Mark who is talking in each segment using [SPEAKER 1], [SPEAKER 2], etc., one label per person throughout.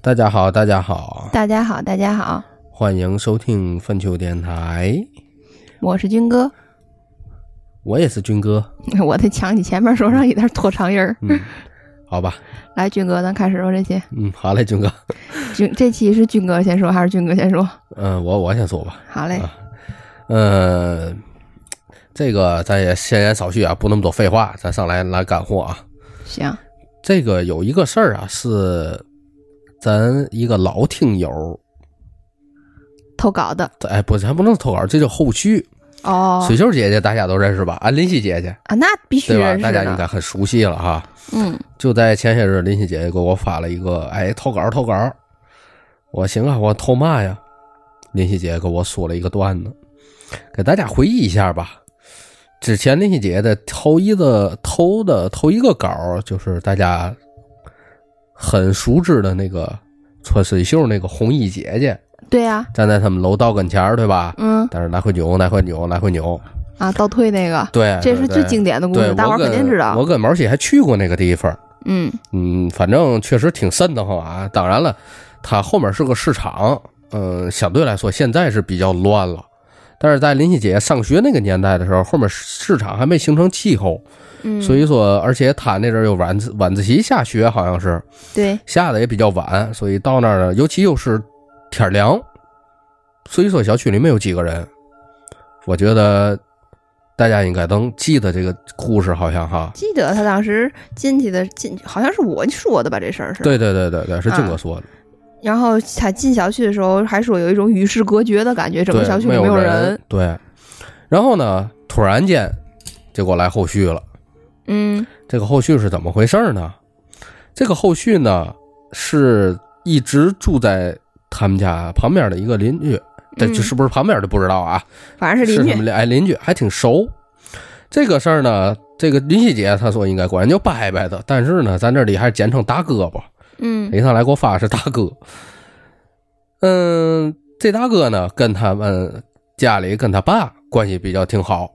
[SPEAKER 1] 大家好，大家好，
[SPEAKER 2] 大家好，大家好，
[SPEAKER 1] 欢迎收听粪球电台，
[SPEAKER 2] 我是军哥。
[SPEAKER 1] 我也是军哥，
[SPEAKER 2] 我得抢你前面说，让你在这拖长音儿。
[SPEAKER 1] 嗯，好吧，
[SPEAKER 2] 来，军哥，咱开始吧。这期，
[SPEAKER 1] 嗯，好嘞，军哥，
[SPEAKER 2] 军这期是军哥先说还是军哥先说？
[SPEAKER 1] 嗯、我我先说吧，
[SPEAKER 2] 好嘞，
[SPEAKER 1] 嗯、这个咱也闲言少叙啊，不那么多废话，咱上来来干货啊。
[SPEAKER 2] 行，
[SPEAKER 1] 这个有一个事儿啊，是咱一个老听友，
[SPEAKER 2] 投稿的
[SPEAKER 1] 哎，不是，还不能投稿，这叫后续。
[SPEAKER 2] 哦
[SPEAKER 1] 水袖姐姐大家都认识吧？啊，林夕姐姐
[SPEAKER 2] 啊，那必须
[SPEAKER 1] 对吧
[SPEAKER 2] 认？识
[SPEAKER 1] 大家应
[SPEAKER 2] 的。
[SPEAKER 1] 该很熟悉了哈。
[SPEAKER 2] 嗯，
[SPEAKER 1] 就在前些日，林夕姐姐给我发了一个，哎，投稿投稿，我行啊，我投嘛呀？林夕姐姐给我说了一个段子，给大家回忆一下吧。之前林夕姐姐的头一个投的头一个稿，就是大家很熟知的那个穿水袖那个红衣姐姐，
[SPEAKER 2] 对呀，
[SPEAKER 1] 站在他们楼道跟前儿，对吧？
[SPEAKER 2] 嗯
[SPEAKER 1] 但是来回扭，来回扭，来回扭，
[SPEAKER 2] 啊，倒退那个，
[SPEAKER 1] 对，
[SPEAKER 2] 这是最经典的故
[SPEAKER 1] 对
[SPEAKER 2] 事，大伙儿
[SPEAKER 1] 我
[SPEAKER 2] 肯
[SPEAKER 1] 跟
[SPEAKER 2] 定知道
[SPEAKER 1] 我。跟毛喜还去过那个地方，
[SPEAKER 2] 嗯，
[SPEAKER 1] 嗯，反正确实挺瘆得慌啊。当然了，它后面是个市场，嗯，相对来说现在是比较乱了。但是在林夕姐上学那个年代的时候，后面市场还没形成气候，
[SPEAKER 2] 嗯，
[SPEAKER 1] 所以说，而且她那阵儿有晚自晚自习下学，好像是
[SPEAKER 2] 对，
[SPEAKER 1] 下的也比较晚，所以到那儿呢，尤其又是天儿凉，所以说小区里没有几个人。我觉得大家应该能记得这个故事，好像哈。
[SPEAKER 2] 记得他当时进去的进，好像是我说的吧，这事儿是。
[SPEAKER 1] 对对对对对，是静哥说的。
[SPEAKER 2] 然后他进小区的时候，还说有一种与世隔绝的感觉，整
[SPEAKER 1] 对，
[SPEAKER 2] 个小区
[SPEAKER 1] 没
[SPEAKER 2] 里没有
[SPEAKER 1] 人
[SPEAKER 2] 人。。
[SPEAKER 1] 对，然后呢，突然间就给我来后续了。
[SPEAKER 2] 嗯
[SPEAKER 1] 这个后续是怎么回事呢？这个后续呢，是一直住在他们家旁边的一个邻居，这
[SPEAKER 2] 嗯
[SPEAKER 1] 这是不是旁边的不知道啊？
[SPEAKER 2] 反正是
[SPEAKER 1] 是
[SPEAKER 2] 邻
[SPEAKER 1] 他
[SPEAKER 2] 居
[SPEAKER 1] 们。哎邻居还挺熟。这个事儿呢，这个林夕姐她说应该管人叫伯伯的，但是呢，咱这里还是简称大哥吧。
[SPEAKER 2] 嗯
[SPEAKER 1] 一上来给我发的是大哥。嗯，这大哥呢，跟他们家里跟他爸关系比较挺好，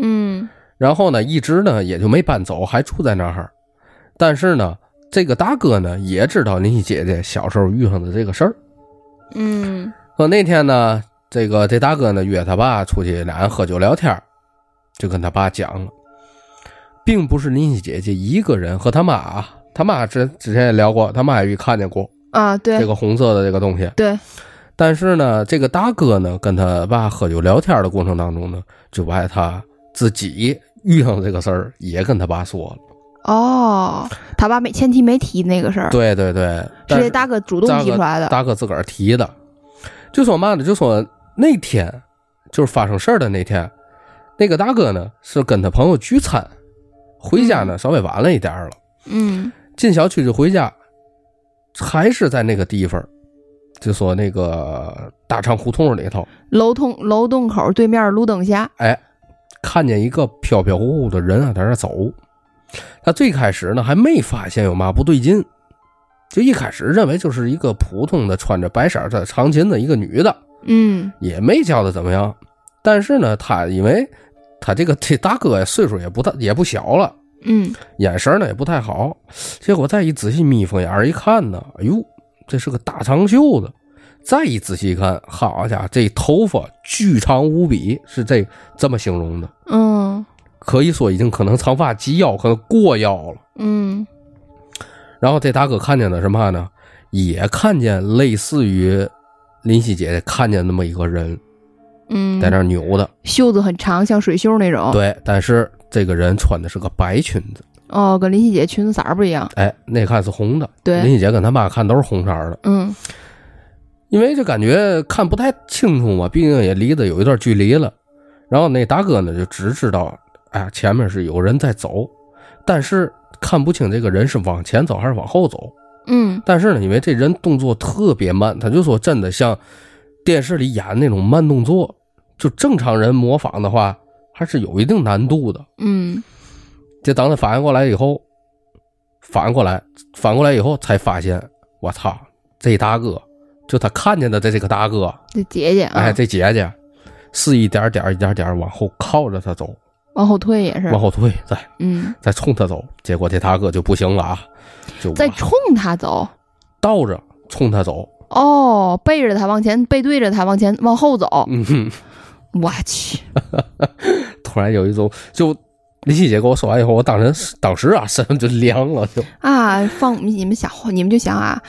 [SPEAKER 2] 嗯
[SPEAKER 1] 然后呢，一直呢也就没搬走，还住在那儿。但是呢，这个大哥呢也知道林夕姐姐小时候遇上的这个事儿。
[SPEAKER 2] 嗯
[SPEAKER 1] 说那天呢，这个这大哥呢约他爸出去，俩人喝酒聊天儿，就跟他爸讲了，并不是林夕姐姐一个人和他妈啊，他妈之之前也聊过，他妈也看见过
[SPEAKER 2] 啊，对
[SPEAKER 1] 这个红色的这个东西。
[SPEAKER 2] 对，
[SPEAKER 1] 但是呢，这个大哥呢，跟他爸喝酒聊天的过程当中呢，就把他自己遇上这个事儿也跟他爸说了。
[SPEAKER 2] 哦，他爸没前提没提那个事儿，
[SPEAKER 1] 对对对，
[SPEAKER 2] 是
[SPEAKER 1] 但
[SPEAKER 2] 啊这
[SPEAKER 1] 是
[SPEAKER 2] 大哥主动提出来的。
[SPEAKER 1] 大哥自个儿提的，就说嘛呢，就说那天就是发生事儿的那天，那个大哥呢是跟他朋友聚餐，回家呢稍微晚了一点儿了，
[SPEAKER 2] 嗯
[SPEAKER 1] 进小区就回家，还是在那个地方，就说那个大长胡同里头。
[SPEAKER 2] 楼通楼洞口对面路灯下，
[SPEAKER 1] 哎，看见一个飘飘忽忽的人啊，在那走。他最开始呢还没发现有嘛不对劲，就一开始认为就是一个普通的穿着白色的长裙的一个女的，
[SPEAKER 2] 嗯
[SPEAKER 1] 也没觉得怎么样。但是呢，他因为他这个 这大哥呀岁数也不大也不小了，
[SPEAKER 2] 嗯，
[SPEAKER 1] 眼神呢也不太好。结果再一仔细眯缝眼儿一看呢，哎呦，这是个大长袖子。再一仔细看，好家伙，这头发巨长无比，是这这么形容的。
[SPEAKER 2] 嗯
[SPEAKER 1] 可以说已经可能长发及腰，可能过腰了。
[SPEAKER 2] 嗯
[SPEAKER 1] 然后这大哥看见的是嘛呢？也看见类似于林夕姐姐看见那么一个人
[SPEAKER 2] 嗯，
[SPEAKER 1] 在那儿扭的，
[SPEAKER 2] 袖子很长，像水袖那种。
[SPEAKER 1] 对，但是这个人穿的是个白裙子，
[SPEAKER 2] 哦，跟林夕姐裙子色儿不一样。
[SPEAKER 1] 哎，那看是红的，
[SPEAKER 2] 对
[SPEAKER 1] 林夕姐跟她妈看都是红色儿的，
[SPEAKER 2] 嗯
[SPEAKER 1] 因为就感觉看不太清楚嘛，毕竟也离得有一段距离了。然后那大哥呢，就只知道，哎呀，前面是有人在走，但是看不清这个人是往前走还是往后走。
[SPEAKER 2] 嗯
[SPEAKER 1] 但是呢，因为这人动作特别慢，他就说真的像电视里演的那种慢动作，就正常人模仿的话，还是有一定难度的。
[SPEAKER 2] 嗯
[SPEAKER 1] 这当他反应过来以后，反应过来，反过来以后才发现，我操，这大哥，就他看见的这这个大哥，
[SPEAKER 2] 这姐姐啊，
[SPEAKER 1] 哎，这姐姐，是一点点儿一点点儿往后靠着他走，
[SPEAKER 2] 往后退也是
[SPEAKER 1] 往。后退，再
[SPEAKER 2] 嗯，
[SPEAKER 1] 再冲他走。结果这大哥就不行了啊，就
[SPEAKER 2] 再
[SPEAKER 1] 往
[SPEAKER 2] 冲他走。
[SPEAKER 1] 倒着冲他走，
[SPEAKER 2] 哦，背着他往前，背对着他往前往后走，
[SPEAKER 1] 嗯哼，
[SPEAKER 2] 我去，
[SPEAKER 1] 突然有一种就林夕姐跟我说完以后，我当时当时啊身上就凉了，就
[SPEAKER 2] 啊，放你们想，你们就想啊，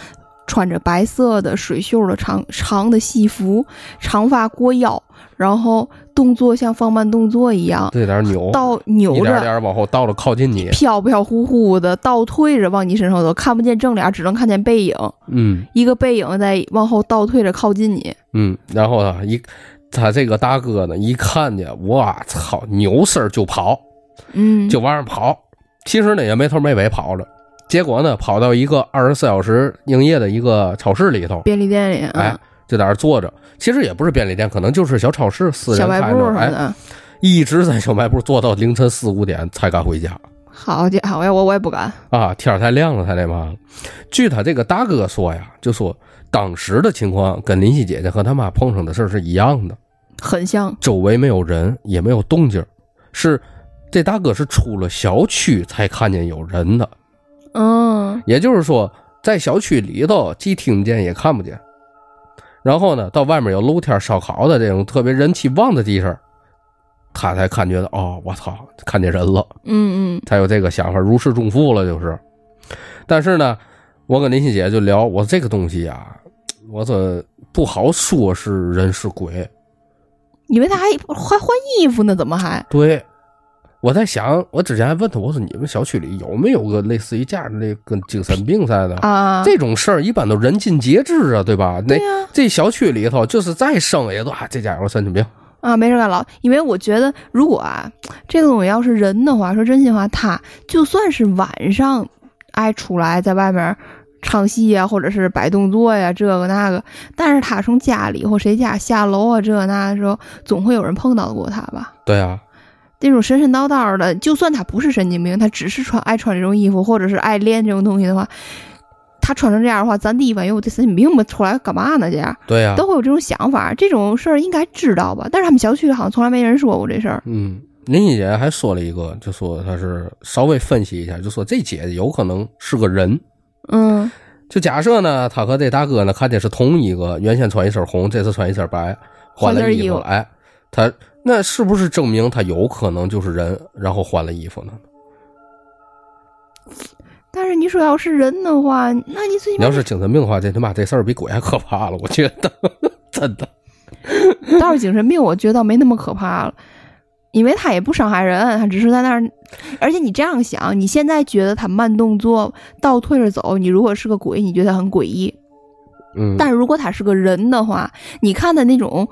[SPEAKER 2] 穿着白色的水袖的长长的西服，长发过腰，然后动作像放慢动作一样，
[SPEAKER 1] 这点扭，
[SPEAKER 2] 倒
[SPEAKER 1] 一
[SPEAKER 2] 扭
[SPEAKER 1] 点
[SPEAKER 2] 着。
[SPEAKER 1] 点往后倒着靠近你，
[SPEAKER 2] 飘飘忽忽的倒退着往你身上走，看不见正脸，只能看见背影。
[SPEAKER 1] 嗯
[SPEAKER 2] 一个背影在往后倒退着靠近你，
[SPEAKER 1] 嗯，然后啊一他这个大哥呢一看见，我操，扭身就跑，
[SPEAKER 2] 嗯，
[SPEAKER 1] 就往上跑，其实呢也没头没尾跑着，结果呢跑到一个二十四小时营业的一个超市里头，
[SPEAKER 2] 便利店里，
[SPEAKER 1] 哎
[SPEAKER 2] 啊，
[SPEAKER 1] 就在那儿坐着，其实也不是便利店，可能就是小超市，私
[SPEAKER 2] 小
[SPEAKER 1] 人
[SPEAKER 2] 卖
[SPEAKER 1] 开
[SPEAKER 2] 部
[SPEAKER 1] 着，
[SPEAKER 2] 什么
[SPEAKER 1] 哎，
[SPEAKER 2] 的。
[SPEAKER 1] 一直在小卖部坐到凌晨四五点才敢回家
[SPEAKER 2] 好家伙呀，我我也不敢。
[SPEAKER 1] 啊！天儿太亮了才那嘛。据他这个大哥说呀，就说当时的情况跟林夕姐姐和他妈碰上的事儿是一样的，
[SPEAKER 2] 很像
[SPEAKER 1] 周围没有人，也没有动静儿，是这大哥是出了小区才看见有人的，
[SPEAKER 2] 嗯，
[SPEAKER 1] 也就是说在小区里头既听不见也看不见。然后呢，到外面有露天烧烤的这种特别人气旺的地方，他才感觉到哦，我操，看见人了。
[SPEAKER 2] 嗯嗯，
[SPEAKER 1] 才有这个想法，如释重负了就是。但是呢，我跟林夕姐就聊，我这个东西啊，我这不好说是人是鬼。
[SPEAKER 2] 以为他还还换衣服呢，怎么还？
[SPEAKER 1] 对，我在想，我之前还问他，我说你们小区里有没有个类似于这样的跟精神病似的、
[SPEAKER 2] 啊，
[SPEAKER 1] 这种事儿，一般都人尽皆知啊，对吧？那
[SPEAKER 2] 对呀、
[SPEAKER 1] 这小区里头就是再生也都啊，这家有神经病。
[SPEAKER 2] 啊，没事干老，因为我觉得如果啊，这个东西要是人的话，说真心话，他就算是晚上爱出来在外面唱戏呀、或者是摆动作呀、这个那个，但是他从家里或谁家下楼啊，这个那的时候，总会有人碰到过他吧。
[SPEAKER 1] 对啊，
[SPEAKER 2] 这种神神叨叨的，就算他不是神经病，他只是穿爱穿这种衣服，或者是爱练这种东西的话，他穿成这样的话，咱第一反应我这神经病吧，出来干嘛呢？这样
[SPEAKER 1] 对啊，
[SPEAKER 2] 都会有这种想法，这种事儿应该知道吧？但是他们小区好像从来没人说过这事儿。
[SPEAKER 1] 嗯，林夕姐还说了一个，就说她是稍微分析一下，就说这姐姐有可能是个人。
[SPEAKER 2] 嗯
[SPEAKER 1] 就假设呢，他和这大哥呢看见是同一个，原先穿一身红，这次穿一身白，换了衣服了。
[SPEAKER 2] 换
[SPEAKER 1] 哎，他那是不是证明他有可能就是人，然后换了衣服呢？
[SPEAKER 2] 但是你说要是人的话，那你最起
[SPEAKER 1] 你要
[SPEAKER 2] 码
[SPEAKER 1] 是精神病的话，这他妈这事儿比鬼还可怕了，我觉得真的。
[SPEAKER 2] 倒是精神病，我觉得倒没那么可怕了。因为他也不伤害人，他只是在那儿，而且你这样想，你现在觉得他慢动作倒退着走，你如果是个鬼，你觉得很诡异，
[SPEAKER 1] 嗯，
[SPEAKER 2] 但如果他是个人的话，你看的那种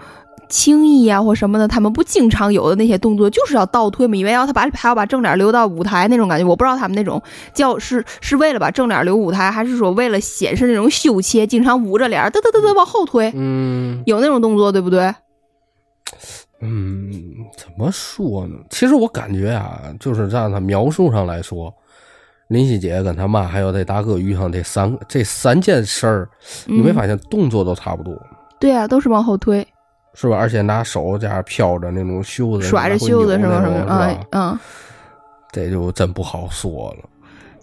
[SPEAKER 2] 轻易啊或什么的，他们不经常有的那些动作，就是要倒退嘛，以为要他把还要把正脸留到舞台那种感觉。我不知道他们那种叫是是为了把正脸留舞台，还是说为了显示那种羞怯，经常捂着脸儿嘚嘚嘚嘚往后推，
[SPEAKER 1] 嗯
[SPEAKER 2] 有那种动作对不对？
[SPEAKER 1] 嗯，怎么说呢？其实我感觉啊，就是按他描述上来说，林夕姐跟他妈还有这大哥遇上这三个这三件事儿，你没
[SPEAKER 2] 嗯
[SPEAKER 1] 发现动作都差不多。
[SPEAKER 2] 对啊，都是往后推，
[SPEAKER 1] 是吧？而且拿手这样飘着那种袖子，
[SPEAKER 2] 甩着袖子
[SPEAKER 1] 然
[SPEAKER 2] 什
[SPEAKER 1] 后
[SPEAKER 2] 么什
[SPEAKER 1] 扭那种
[SPEAKER 2] 么
[SPEAKER 1] 是
[SPEAKER 2] 啊
[SPEAKER 1] 吧？
[SPEAKER 2] 嗯，
[SPEAKER 1] 这就真不好说了，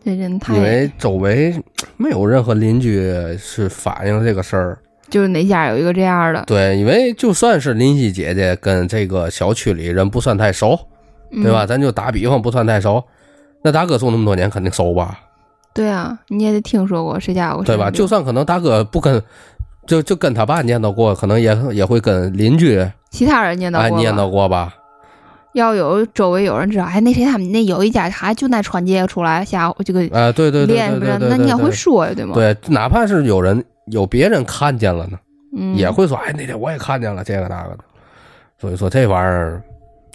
[SPEAKER 2] 这人太
[SPEAKER 1] 因为周围没有任何邻居是反映这个事儿。
[SPEAKER 2] 就是哪家有一个这样的，
[SPEAKER 1] 对，因为就算是林夕姐姐跟这个小区里人不算太熟，对吧？
[SPEAKER 2] 嗯？
[SPEAKER 1] 咱就打比方，不算太熟。那大哥住那么多年，肯定熟吧，
[SPEAKER 2] 对啊，你也得听说过谁家有个
[SPEAKER 1] 对吧？
[SPEAKER 2] 神经
[SPEAKER 1] 就算可能大哥不跟，就就跟他爸念叨过，可能也也会跟邻居
[SPEAKER 2] 其他人念叨
[SPEAKER 1] 哎
[SPEAKER 2] 过吧，
[SPEAKER 1] 念叨过吧。
[SPEAKER 2] 要有周围有人知道，哎，那谁他们那有一家还就那穿街出来下午这个
[SPEAKER 1] 啊、对对对
[SPEAKER 2] 练
[SPEAKER 1] 对
[SPEAKER 2] 什么
[SPEAKER 1] 对对，
[SPEAKER 2] 的，那你也
[SPEAKER 1] 对
[SPEAKER 2] 会说呀，对吗？，
[SPEAKER 1] 对，哪怕是有人有别人看见了呢，
[SPEAKER 2] 嗯，
[SPEAKER 1] 也会说：“哎，那天我也看见了这个那个的。”所以说这玩意儿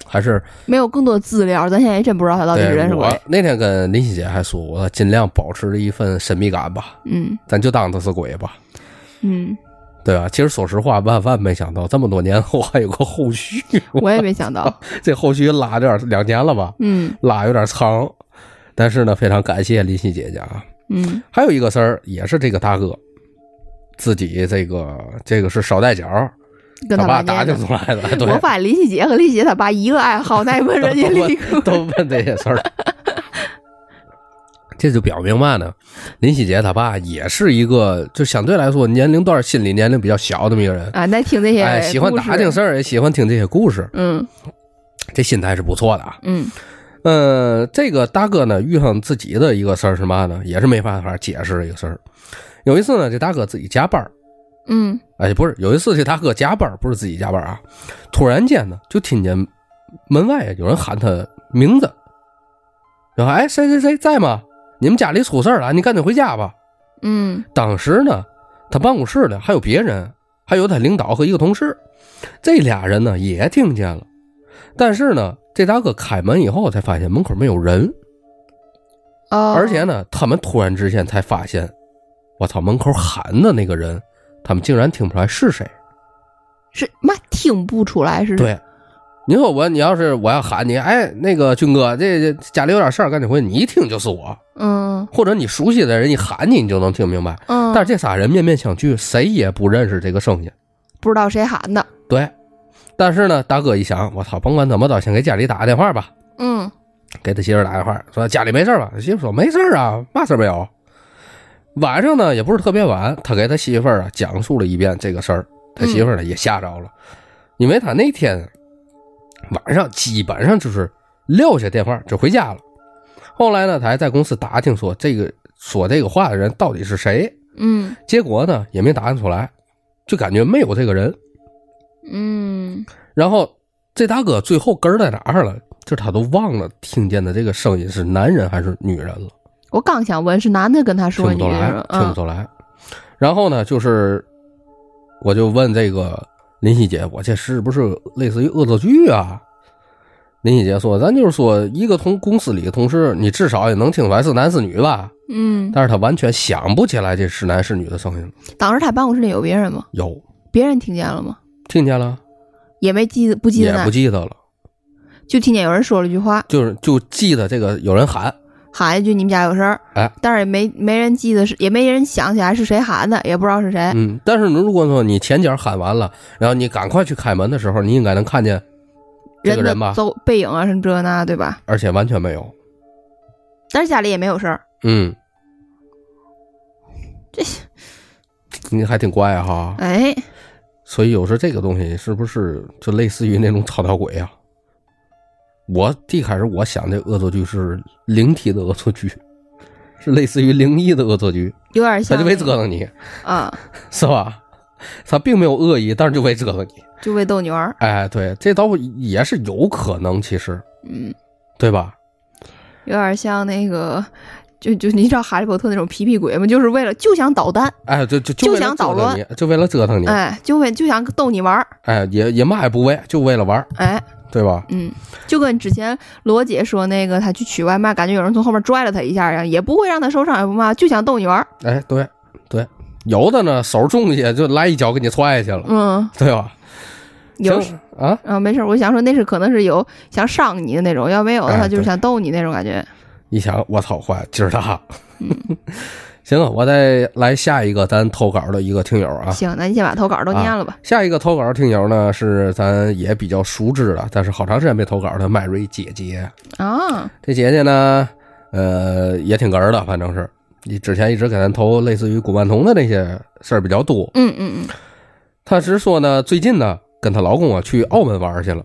[SPEAKER 1] 还是
[SPEAKER 2] 没有更多资料，咱现在也真不知道他到底是人
[SPEAKER 1] 对
[SPEAKER 2] 是
[SPEAKER 1] 我
[SPEAKER 2] 鬼。
[SPEAKER 1] 那天跟林夕姐还说，我说尽量保持着一份神秘感吧，
[SPEAKER 2] 嗯
[SPEAKER 1] 咱就当他是鬼吧，
[SPEAKER 2] 嗯，
[SPEAKER 1] 对吧？其实说实话，万万没想到这么多年后还有个后续，
[SPEAKER 2] 我也没想到。
[SPEAKER 1] 这后续拉点儿两年了吧，
[SPEAKER 2] 嗯
[SPEAKER 1] 拉有点长，但是呢，非常感谢林夕姐姐啊。
[SPEAKER 2] 嗯
[SPEAKER 1] 还有一个事儿也是这个大哥自己这个这个是捎带脚儿，
[SPEAKER 2] 跟
[SPEAKER 1] 他
[SPEAKER 2] 爸
[SPEAKER 1] 爸打听出来的，对，
[SPEAKER 2] 我发现林夕姐和林姐 他爸一个爱好，那也问人家林
[SPEAKER 1] 都问这些事儿。这就表明嘛呢？林喜杰他爸也是一个，就相对来说年龄段心理年龄比较小这么一个人，
[SPEAKER 2] 啊，那听这些
[SPEAKER 1] 哎，喜欢
[SPEAKER 2] 故事
[SPEAKER 1] 打听事儿，也喜欢听这些故事，
[SPEAKER 2] 嗯
[SPEAKER 1] 这心态是不错的啊。
[SPEAKER 2] 嗯
[SPEAKER 1] 嗯，这个大哥呢，遇上自己的一个事儿是嘛呢？也是没办法解释的一个事儿。有一次呢，这大哥自己加班儿，
[SPEAKER 2] 嗯
[SPEAKER 1] 哎，不是，有一次这大哥加班儿，不是自己加班儿啊，突然间呢，就听见门外有人喊他名字，然后哎，谁谁谁在吗？你们家里出事儿了，你赶紧回家吧。
[SPEAKER 2] 嗯
[SPEAKER 1] 当时呢，他办公室里还有别人，还有他领导和一个同事，这俩人呢也听见了，但是呢，这大哥开门以后才发现门口没有人，
[SPEAKER 2] 哦，
[SPEAKER 1] 而且呢，他们突然之间才发现，我操，门口喊的那个人，他们竟然听不出来是谁。
[SPEAKER 2] 是妈听不出来是
[SPEAKER 1] 对，你说我，你要是我要喊你，哎，那个军哥，这这家里有点事儿，赶紧回去。你一听就是我，
[SPEAKER 2] 嗯
[SPEAKER 1] 或者你熟悉的人一喊你，你就能听明白。
[SPEAKER 2] 嗯，
[SPEAKER 1] 但是这仨人面面相觑，谁也不认识这个声音。
[SPEAKER 2] 不知道谁喊的，
[SPEAKER 1] 对，但是呢，大哥一想，我操，甭管怎么着，先给家里打个电话吧，
[SPEAKER 2] 嗯
[SPEAKER 1] 给他媳妇儿打电话，说家里没事儿吧？他媳妇说没事儿啊，嘛事儿没有。晚上呢，也不是特别晚，他给他媳妇儿啊讲述了一遍这个事儿，他媳妇儿呢也吓着了，因为他那天晚上基本上就是撂下电话就回家了。后来呢，他还在公司打听说这个说这个话的人到底是谁，
[SPEAKER 2] 嗯
[SPEAKER 1] 结果呢也没打听出来，就感觉没有这个人。
[SPEAKER 2] 嗯
[SPEAKER 1] 然后这大哥最后根儿在哪儿了？就是他都忘了听见的这个声音是男人还是女人了，
[SPEAKER 2] 我刚想问是男的跟他
[SPEAKER 1] 听
[SPEAKER 2] 说
[SPEAKER 1] 不
[SPEAKER 2] 你
[SPEAKER 1] 出
[SPEAKER 2] 这
[SPEAKER 1] 来
[SPEAKER 2] 个，
[SPEAKER 1] 听不
[SPEAKER 2] 嗯
[SPEAKER 1] 出来。然后呢，就是我就问这个林夕姐，我这是不是类似于恶作剧啊？林夕姐说，咱就是说一个同公司里的同事，你至少也能听出来是男是女吧？
[SPEAKER 2] 嗯，
[SPEAKER 1] 但是他完全想不起来这是男是女的声音了，
[SPEAKER 2] 当时他办公室里有别人吗？
[SPEAKER 1] 有
[SPEAKER 2] 别人听见了吗？
[SPEAKER 1] 听见了，
[SPEAKER 2] 也没记得不记
[SPEAKER 1] 也
[SPEAKER 2] 得呢
[SPEAKER 1] 不，记得了，
[SPEAKER 2] 就听见有人说了一句话，
[SPEAKER 1] 就是就记得这个有人喊，
[SPEAKER 2] 喊一句你们家有事儿，
[SPEAKER 1] 哎
[SPEAKER 2] 但是也没没人记得是，也没人想起来是谁喊的，也不知道是谁，
[SPEAKER 1] 嗯，但是如果说你前脚喊完了，然后你赶快去开门的时候，你应该能看见这个人吧
[SPEAKER 2] 的，走背影啊什么这那对吧？
[SPEAKER 1] 而且完全没有。
[SPEAKER 2] 但是家里也没有事儿，
[SPEAKER 1] 嗯，
[SPEAKER 2] 这
[SPEAKER 1] 你还挺怪哈。
[SPEAKER 2] 哎，
[SPEAKER 1] 所以有时候这个东西是不是就类似于那种超导鬼啊？我一开始我想这恶作剧是灵体的恶作剧， 是类似于灵异的恶作剧，
[SPEAKER 2] 有点
[SPEAKER 1] 他
[SPEAKER 2] 像
[SPEAKER 1] 就为
[SPEAKER 2] 那
[SPEAKER 1] 折
[SPEAKER 2] 个
[SPEAKER 1] 腾你，
[SPEAKER 2] 啊，
[SPEAKER 1] 是吧？他并没有恶意，但是就为折腾你。
[SPEAKER 2] 就为逗你玩儿，
[SPEAKER 1] 哎，对，这倒也是有可能，其实
[SPEAKER 2] 嗯，
[SPEAKER 1] 对吧？
[SPEAKER 2] 有点像那个。就就你知道哈利波特那种皮皮鬼吗？就是为了就想捣蛋，
[SPEAKER 1] 哎，就就
[SPEAKER 2] 就
[SPEAKER 1] 为了
[SPEAKER 2] 想捣
[SPEAKER 1] 折腾你，就为了折腾你，
[SPEAKER 2] 哎，就为就想逗你玩儿，
[SPEAKER 1] 哎，也也嘛也不为，就为了玩儿，
[SPEAKER 2] 哎，
[SPEAKER 1] 对吧？
[SPEAKER 2] 嗯，就跟之前罗姐说那个，她去取外卖，感觉有人从后面拽了她一下一样，也不会让她受伤，也不嘛，就想逗你玩儿。
[SPEAKER 1] 哎，对对，有的呢手重些就来一脚给你踹下去了，
[SPEAKER 2] 嗯，
[SPEAKER 1] 对吧？
[SPEAKER 2] 有
[SPEAKER 1] 行啊，
[SPEAKER 2] 啊，没事儿，我想说那是可能是有想伤你的那种，要没有的
[SPEAKER 1] 哎
[SPEAKER 2] 话就是
[SPEAKER 1] 对
[SPEAKER 2] 想逗你那种感觉。
[SPEAKER 1] 一想我操，坏劲儿大。
[SPEAKER 2] 嗯
[SPEAKER 1] 行啊，我再来下一个咱投稿的一个听友啊，
[SPEAKER 2] 行，那你先把投稿都念了吧。
[SPEAKER 1] 下一个投稿听友呢是咱也比较熟知的，但是好长时间没投稿的麦瑞姐姐。
[SPEAKER 2] 啊，
[SPEAKER 1] 这姐姐呢，呃，也挺哏儿的，反正是你之前一直给咱投类似于古曼童的那些事儿比较多，
[SPEAKER 2] 嗯嗯
[SPEAKER 1] 她是说呢，最近呢跟她老公啊去澳门玩去了，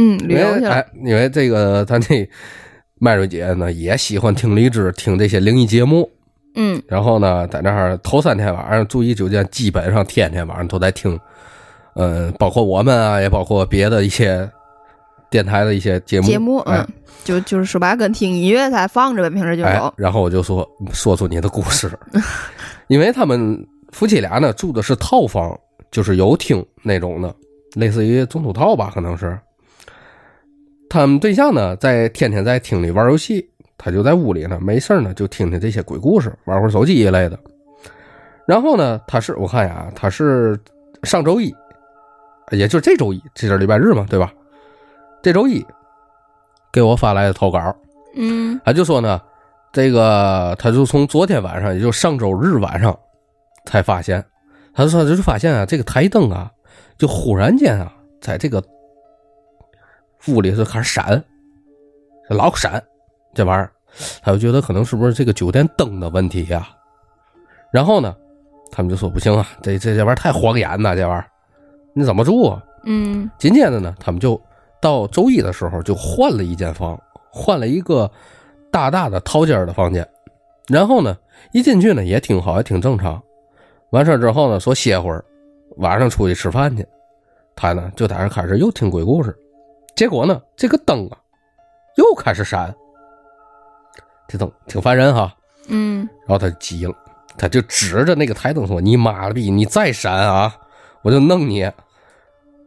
[SPEAKER 2] 嗯嗯，旅游
[SPEAKER 1] 因
[SPEAKER 2] 去
[SPEAKER 1] 为
[SPEAKER 2] 了。
[SPEAKER 1] 哎，因为这个她这麦瑞姐呢也喜欢听荔枝，听这些灵异节目，
[SPEAKER 2] 嗯
[SPEAKER 1] 然后呢在那儿头三天晚上住一酒店，基本上天天晚上都在听，嗯，包括我们啊，也包括别的一些电台的一些节目
[SPEAKER 2] 节目
[SPEAKER 1] 哎
[SPEAKER 2] 嗯，就就是说白了跟听音乐才放着呗，平时就
[SPEAKER 1] 哎
[SPEAKER 2] 有。，
[SPEAKER 1] 然后我就说说出你的故 事，因为他们夫妻俩呢住的是套房，就是游艇那种的，类似于总统套吧，可能是。他们对象呢在天天在厅里玩游戏，他就在屋里呢，没事儿呢就听听这些鬼故事，玩会儿手机一类的。然后呢，他是我看呀，他是上周一，也就是这周一，这是礼拜日嘛，对吧？这周一给我发来的投稿，
[SPEAKER 2] 嗯
[SPEAKER 1] 他就说呢，这个他就从昨天晚上，也就是上周日晚上才发现，他说他就发现啊，这个台灯啊，就忽然间啊，在这个屋里就开始闪，老闪这玩意儿，他就觉得可能是不是这个酒店灯的问题呀、啊然后呢，他们就说不行啊，这这这玩意儿太晃眼呐，这玩意儿你怎么住啊？
[SPEAKER 2] 嗯
[SPEAKER 1] 紧接着呢，他们就到周一的时候就换了一间房，换了一个大大的套间儿的房间。然后呢，一进去呢也挺好，也挺正常。完事儿之后呢，说歇会儿，晚上出去吃饭去。他呢就在这开始又听鬼故事，结果呢这个灯啊又开始闪，这灯挺烦人哈。
[SPEAKER 2] 嗯
[SPEAKER 1] 然后他就急了，他就指着那个台灯说：“你妈了逼，你再闪啊，我就弄你！”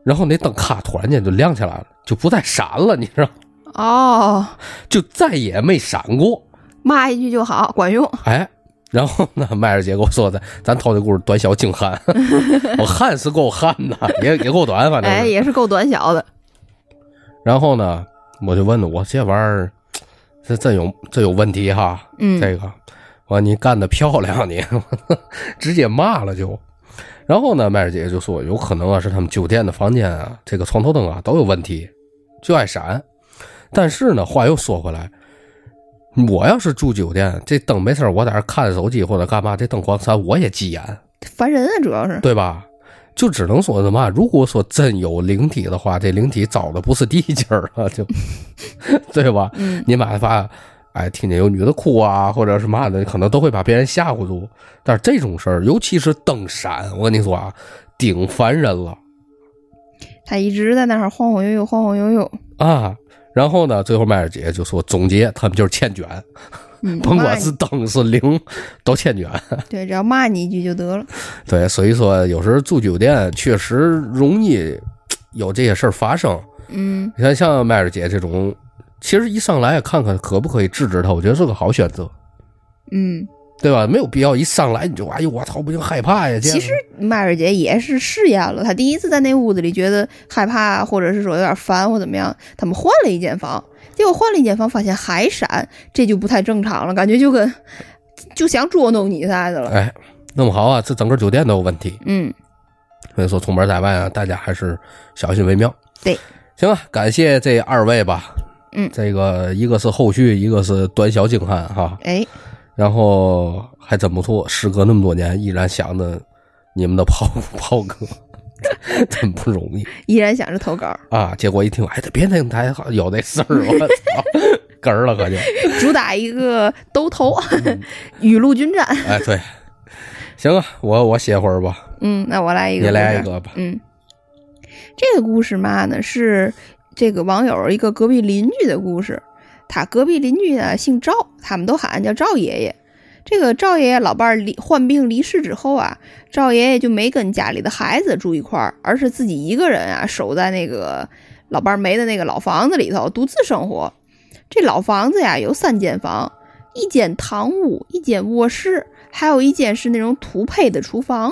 [SPEAKER 1] 然后那灯咔突然间就亮起来了，就不再闪了，你知道，
[SPEAKER 2] 哦，
[SPEAKER 1] 就再也没闪过。
[SPEAKER 2] 骂一句就好，管用。
[SPEAKER 1] 哎，然后呢，麦尔姐给我说的，咱偷这故事短小精悍，我悍是够悍的，也也够短，反正是。
[SPEAKER 2] 哎，也是够短小的。
[SPEAKER 1] 然后呢，我就问了，我这玩意儿，这真有真有问题哈，
[SPEAKER 2] 嗯
[SPEAKER 1] 这个，我说你干得漂亮，你 直接骂了就。然后呢，麦尔姐就说有可能啊是他们酒店的房间啊，这个床头灯啊都有问题，就爱闪。但是呢，话又说回来，我要是住酒店，这灯没事儿我在这儿看手机或者干嘛，这灯光闪我也急眼，
[SPEAKER 2] 烦人啊，主要是。
[SPEAKER 1] 对吧？就只能说什么，如果说真有灵体的话，这灵体找的不是地界儿啊， 就对吧？
[SPEAKER 2] 嗯
[SPEAKER 1] 你买发，哎，听见有女的哭啊，或者是嘛的，可能都会把别人吓唬住。但是这种事儿，尤其是灯闪，我跟你说啊，顶烦人了
[SPEAKER 2] 他一直在那儿晃晃悠悠，晃晃悠悠。
[SPEAKER 1] 啊。然后呢，最后麦尔姐就说总结，他们就是欠卷，
[SPEAKER 2] 嗯，
[SPEAKER 1] 甭
[SPEAKER 2] 骂
[SPEAKER 1] 管
[SPEAKER 2] 你
[SPEAKER 1] 是灯是零，都欠卷。
[SPEAKER 2] 对，只要骂你一句就得了。
[SPEAKER 1] 对，所以说有时候住酒店确实容易有这些事儿发生。
[SPEAKER 2] 嗯
[SPEAKER 1] 你看，像麦尔姐这种，其实一上来啊看看可不可以制止她，我觉得是个好选择，
[SPEAKER 2] 嗯，
[SPEAKER 1] 对吧？没有必要一上来你就哎呦我操，不行，害怕呀。这样
[SPEAKER 2] 其实麦尔姐也是试验了，她第一次在那屋子里觉得害怕，或者是说有点烦或怎么样，他们换了一间房，结果换了一间房发现还闪，这就不太正常了，感觉就跟就想捉弄你啥的了。
[SPEAKER 1] 哎，弄不好啊，这整个酒店都有问题。
[SPEAKER 2] 嗯，
[SPEAKER 1] 所以说，出门在外啊，大家还是小心为妙。
[SPEAKER 2] 对，
[SPEAKER 1] 行啊，感谢这二位吧。
[SPEAKER 2] 嗯
[SPEAKER 1] 这个一个是后续，一个是短小精悍哈，
[SPEAKER 2] 哎，
[SPEAKER 1] 然后还真不错，时隔那么多年，依然想着你们的 炮炮哥，真不容易。
[SPEAKER 2] 依然想着投稿，
[SPEAKER 1] 啊，结果一听，哎，他别那台有那 事儿，我操，哏儿了可就，
[SPEAKER 2] 主打一个都投，
[SPEAKER 1] 嗯
[SPEAKER 2] 雨露均沾。
[SPEAKER 1] 哎，对，行啊，我我歇会儿吧，
[SPEAKER 2] 嗯，那我来一个，
[SPEAKER 1] 你来一个吧，
[SPEAKER 2] 嗯，这个故事嘛呢是这个网友一个隔壁邻居的故事。他隔壁邻居呢姓赵，他们都喊叫赵爷爷。这个赵爷爷老伴儿离患病离世之后啊，赵爷爷就没跟家里的孩子住一块儿，而是自己一个人啊守在那个老伴儿没的那个老房子里头独自生活。这老房子呀有三间房，一间堂屋，一间卧室，还有一间是那种土坯的厨房。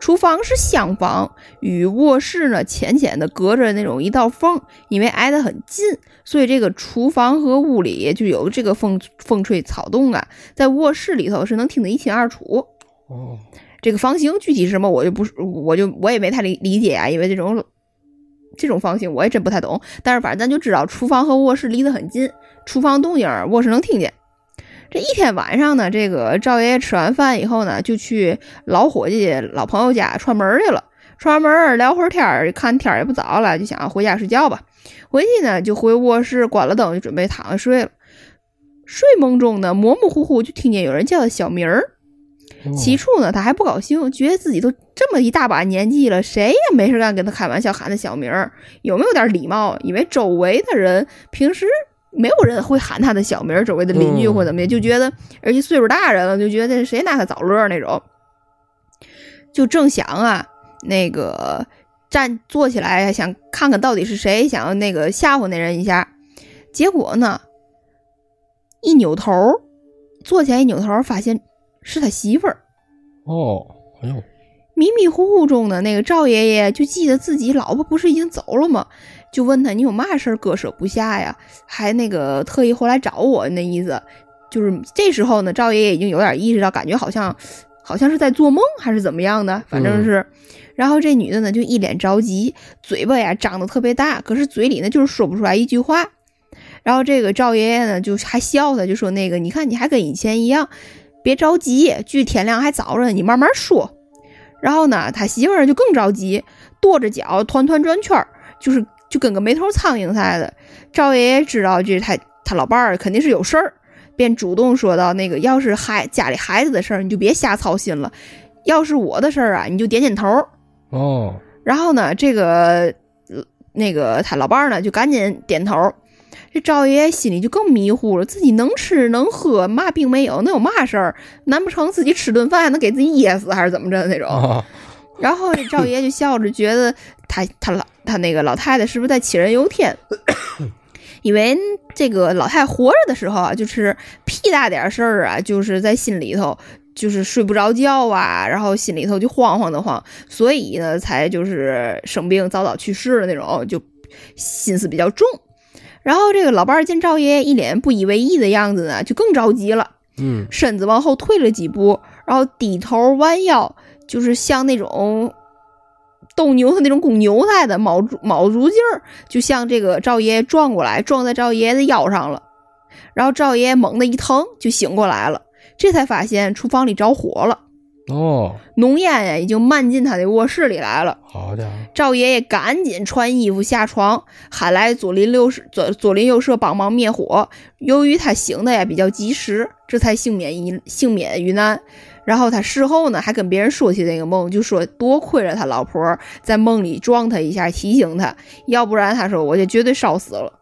[SPEAKER 2] 厨房是厢房，与卧室呢浅浅的隔着那种一道缝，因为挨得很近，所以这个厨房和屋里就有这个风风吹草动啊，在卧室里头是能听得一清二楚。
[SPEAKER 1] 哦，
[SPEAKER 2] 这个房型具体是什么，我就不是，我就我也没太理理解啊，因为这种这种房型我也真不太懂。但是反正咱就知道，厨房和卧室离得很近，厨房动静儿卧室能听见。这一天晚上呢，这个赵爷爷吃完饭以后呢，就去老伙计、老朋友家串门儿去了。串完门儿聊会儿天儿，看天儿也不早了，就想回家睡觉吧。回去呢，就回卧室关了灯，就准备躺下睡了。睡梦中呢，模模糊糊就听见有人叫他小名儿。
[SPEAKER 1] 哦
[SPEAKER 2] 起初呢，他还不高兴，觉得自己都这么一大把年纪了，谁也没事干跟他开玩笑喊他小名儿，有没有点礼貌？因为周围的人平时没有人会喊他的小名儿，周围的邻居
[SPEAKER 1] 嗯
[SPEAKER 2] 或怎么样，就觉得，而且岁数大人了，就觉得谁拿他找乐儿那种。就正想啊，那个站坐起来想看看到底是谁，想要那个吓唬那人一下，结果呢，一扭头儿，坐起来一扭头儿，发现是他媳妇儿。
[SPEAKER 1] 哦，哎呦，
[SPEAKER 2] 迷迷糊糊中呢，那个赵爷爷就记得自己老婆不是已经走了吗？就问他你有嘛事儿割舍不下呀？还那个特意回来找我那意思，就是这时候呢，赵爷爷已经有点意识到，感觉好像好像是在做梦还是怎么样的，反正是。然后这女的呢就一脸着急，嘴巴呀张得特别大，可是嘴里呢就是说不出来一句话。然后这个赵爷爷呢，就还笑他，就说那个你看你还跟以前一样，别着急，距天亮还早着呢，你慢慢说。然后呢，他媳妇儿就更着急，跺着脚团团转圈儿，就是就跟个没头苍蝇似的。赵爷爷知道这他他老伴儿肯定是有事儿，便主动说道：“那个要是孩家里孩子的事儿，你就别瞎操心了；要是我的事儿啊，你就点点头儿。”
[SPEAKER 1] 哦，
[SPEAKER 2] 然后呢，这个呃那个他老伴儿呢就赶紧点头。这赵爷爷心里就更迷糊了，自己能吃能喝，嘛病没有，能有嘛事儿？难不成自己吃顿饭能给自己噎死，还是怎么着的那种？
[SPEAKER 1] 啊，
[SPEAKER 2] 然后这赵爷爷就笑着，觉得他他老他那个老太太是不是在杞人忧天？以为这个老太太活着的时候啊，就是屁大点事儿啊，就是在心里头就是睡不着觉啊，然后心里头就慌慌的慌，所以呢才就是生病早早去世的那种，就心思比较重。然后这个老伴儿见赵爷爷一脸不以为意的样子呢，就更着急了。
[SPEAKER 1] 嗯，
[SPEAKER 2] 身子往后退了几步，然后低头弯腰，就是像那种斗牛的那种公牛似的，卯足卯足劲儿，就向这个赵爷爷撞过来，撞在赵爷爷的腰上了。然后赵爷爷猛地一疼，就醒过来了，这才发现厨房里着火了，
[SPEAKER 1] 哦，
[SPEAKER 2] 浓烟呀已经漫进他的卧室里来了。
[SPEAKER 1] 好家伙，
[SPEAKER 2] 赵爷爷赶紧穿衣服下床，喊来左邻右舍左左邻右舍帮忙灭火。由于他行的呀比较及时，这才幸免一幸免于难。然后他事后呢还跟别人说起这个梦，就说多亏了他老婆在梦里撞他一下，提醒他，要不然他说我就绝对烧死了。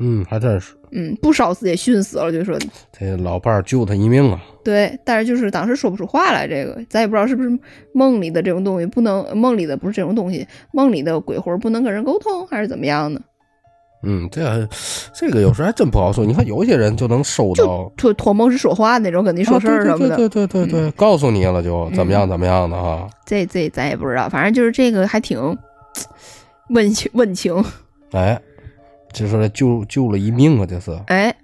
[SPEAKER 1] 嗯，还真是，
[SPEAKER 2] 嗯，不烧死也熏死了，就说
[SPEAKER 1] 这老伴儿救他一命啊，
[SPEAKER 2] 对，但是就是当时说不出话来，这个咱也不知道是不是梦里的这种东西不能，梦里的不是这种东西，梦里的鬼魂不能跟人沟通，还是怎么样呢？
[SPEAKER 1] 嗯，这这个有时候还真不好说。你看有些人就能收到，
[SPEAKER 2] 托托梦是说话那种，跟你说事儿什么的，嗯
[SPEAKER 1] 啊对对对对对对对，告诉你了就怎么样怎么样的啊。
[SPEAKER 2] 这这咱也不知道，反正就是这个还挺温情温情。
[SPEAKER 1] 哎，这是救救了一命啊，这是。
[SPEAKER 2] 哎，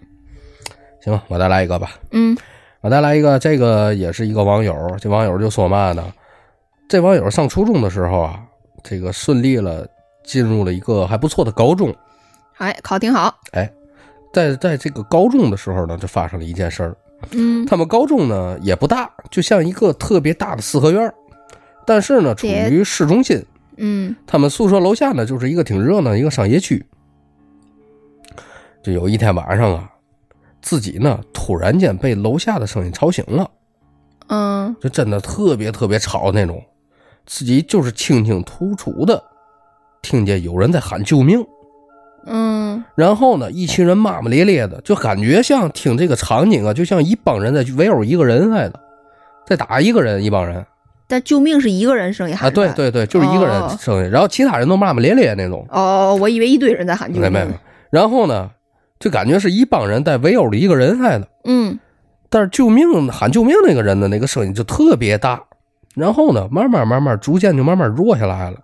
[SPEAKER 1] 行吧，我再来一个吧。
[SPEAKER 2] 嗯
[SPEAKER 1] 我再来一个，这个也是一个网友，这网友就说嘛呢？这网友上初中的时候啊，这个顺利了进入了一个还不错的高中，
[SPEAKER 2] 哎，考挺好，
[SPEAKER 1] 在在这个高中的时候呢，就发生了一件事儿。
[SPEAKER 2] 嗯，
[SPEAKER 1] 他们高中呢也不大，就像一个特别大的四合院儿，但是呢处于市中心。
[SPEAKER 2] 嗯
[SPEAKER 1] 他们宿舍楼下呢就是一个挺热闹的一个商业区。这有一天晚上啊，自己呢突然间被楼下的声音吵醒了。
[SPEAKER 2] 嗯
[SPEAKER 1] 就真的特别特别吵那种，自己就是清清楚楚的听见有人在喊救命，
[SPEAKER 2] 嗯
[SPEAKER 1] 然后呢，一群人骂骂咧咧的，就感觉像听这个场景啊，就像一帮人在围殴一个人似的，在打一个人，一帮人
[SPEAKER 2] 但救命是一个人声音
[SPEAKER 1] 啊，
[SPEAKER 2] 喊出
[SPEAKER 1] 对
[SPEAKER 2] 来，
[SPEAKER 1] 对对，就是一个人
[SPEAKER 2] 哦
[SPEAKER 1] 声音，然后其他人都骂骂咧咧那种，
[SPEAKER 2] 哦，我以为一堆人在喊救
[SPEAKER 1] 没
[SPEAKER 2] 命，
[SPEAKER 1] 没没，然后呢，就感觉是一帮人在围殴着一个人似的，
[SPEAKER 2] 嗯
[SPEAKER 1] 但是救命喊救命那个人的那个声音就特别大，然后呢，慢慢慢慢逐渐就慢慢弱下来了，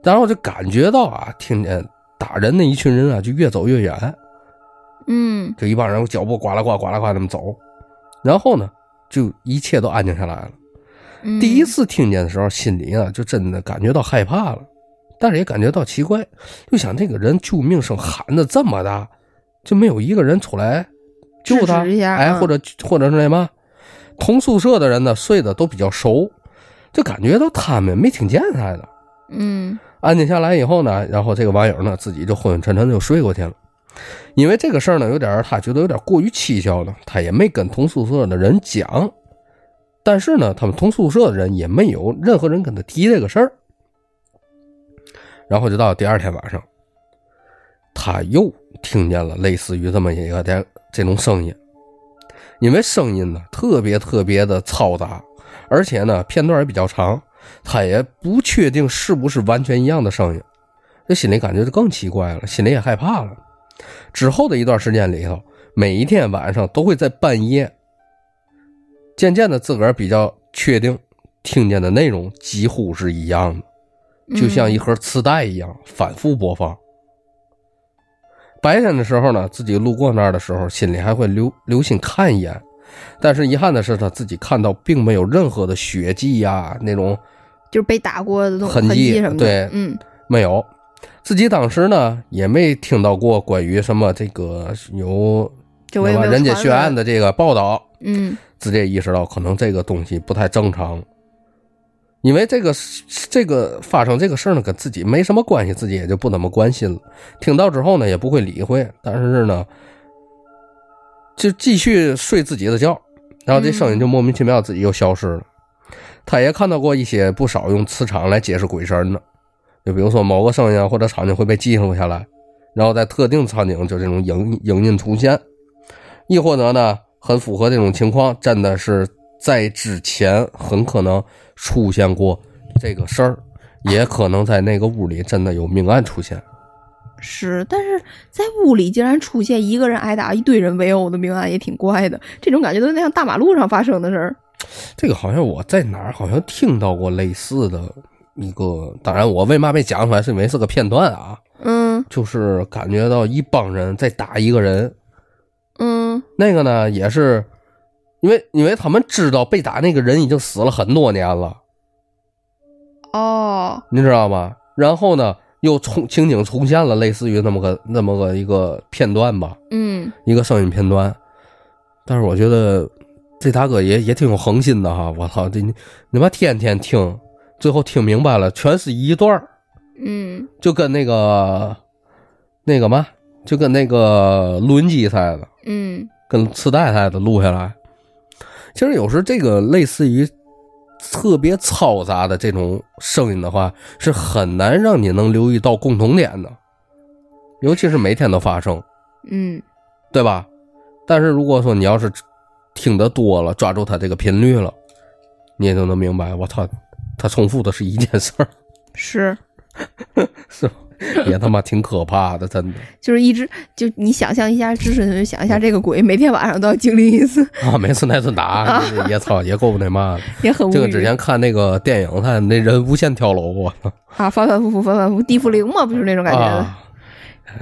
[SPEAKER 1] 然后就感觉到啊，听见打人那一群人啊，就越走越远，
[SPEAKER 2] 嗯
[SPEAKER 1] 就一帮人脚步呱啦呱呱啦呱那么走，然后呢，就一切都安静下来了。
[SPEAKER 2] 嗯，
[SPEAKER 1] 第一次听见的时候，心里啊就真的感觉到害怕了，但是也感觉到奇怪，就想这个人救命声喊的这么大，就没有一个人出来救他
[SPEAKER 2] 制止一，下
[SPEAKER 1] 哎，
[SPEAKER 2] 嗯
[SPEAKER 1] 或者或者是那嘛，同宿舍的人呢睡得都比较熟，就感觉到他们没听见似的。
[SPEAKER 2] 嗯
[SPEAKER 1] 安静下来以后呢，然后这个网友呢自己就昏昏沉沉地就睡过去了，因为这个事儿呢有点儿他觉得有点过于蹊跷了，他也没跟同宿舍的人讲，但是呢，他们同宿舍的人也没有任何人跟他提这个事儿，然后就到第二天晚上，他又听见了类似于这么一个这这种声音，因为声音呢特别特别的嘈杂，而且呢片段也比较长，他也不确定是不是完全一样的声音，这心里感觉就更奇怪了，心里也害怕了。之后的一段时间里头，每一天晚上都会在半夜，渐渐的自个儿比较确定听见的内容几乎是一样的。就像一盒磁带一样反复播放。白天的时候呢，自己路过那儿的时候，心里还会留留心看一眼，但是遗憾的是呢，自己看到并没有任何的血迹呀、那种
[SPEAKER 2] 就是被打过的东
[SPEAKER 1] 痕迹
[SPEAKER 2] 迹什么的，
[SPEAKER 1] 对
[SPEAKER 2] 嗯
[SPEAKER 1] 没有。自己当时呢也没听到过关于什么这个有
[SPEAKER 2] 就我
[SPEAKER 1] 对
[SPEAKER 2] 也没
[SPEAKER 1] 吧
[SPEAKER 2] 有
[SPEAKER 1] 人家
[SPEAKER 2] 传
[SPEAKER 1] 血
[SPEAKER 2] 闻
[SPEAKER 1] 案的这个报道，
[SPEAKER 2] 嗯
[SPEAKER 1] 直接意识到可能这个东西不太正常，因为这个这个发生这个事儿呢，跟自己没什么关系，自己也就不怎么关心了。听到之后呢，也不会理会，但是呢，就继续睡自己的觉，然后这声音就莫名其妙自己又消失了。他也看到过一些不少用磁场来解释鬼神的，就比如说某个声音啊或者场景会被记录下来，然后在特定场景就这种影影印出现。亦或者呢，很符合这种情况，真的是在之前很可能出现过这个事儿，也可能在那个屋里真的有命案出现。
[SPEAKER 2] 是，但是在屋里竟然出现一个人挨打，一堆人围殴的命案，也挺怪的。这种感觉都是那样大马路上发生的事儿。
[SPEAKER 1] 这个好像我在哪儿好像听到过类似的一个，当然我为嘛被讲出来，是因为是个片段啊，
[SPEAKER 2] 嗯
[SPEAKER 1] 就是感觉到一帮人在打一个人，
[SPEAKER 2] 嗯
[SPEAKER 1] 那个呢也是。因为因为他们知道被打那个人已经死了很多年了，
[SPEAKER 2] 哦，
[SPEAKER 1] 你知道吗？然后呢，又重情景重现了类似于那么个那么个一个片段吧，
[SPEAKER 2] 嗯
[SPEAKER 1] 一个声音片段。但是我觉得这大哥也也挺有恒心的哈，我操，这你你妈天天听，最后听明白了，全是一段儿
[SPEAKER 2] 嗯
[SPEAKER 1] 就跟那个那个嘛，就跟那个录音机似的，
[SPEAKER 2] 嗯
[SPEAKER 1] 跟磁带似的录下来。其实有时这个类似于特别嘈杂的这种声音的话，是很难让你能留意到共同点的，尤其是每天都发生，
[SPEAKER 2] 嗯
[SPEAKER 1] 对吧？但是如果说你要是听得多了，抓住它这个频率了，你也就能明白，我操，它重复的是一件事儿，
[SPEAKER 2] 是，
[SPEAKER 1] 是吧？ 也他妈挺可怕的，真的
[SPEAKER 2] 就是一直就你想象一下，支持你就想一下这个鬼，每天晚上都要经历一次，
[SPEAKER 1] 啊！每次挨顿打，也操，也够那嘛的。
[SPEAKER 2] 也很无语。
[SPEAKER 1] 这个之前看那个电影，看那人无限跳楼，我操！
[SPEAKER 2] 啊，反反复复，反反复复，地缚灵嘛，不就是那种感觉的？
[SPEAKER 1] 啊。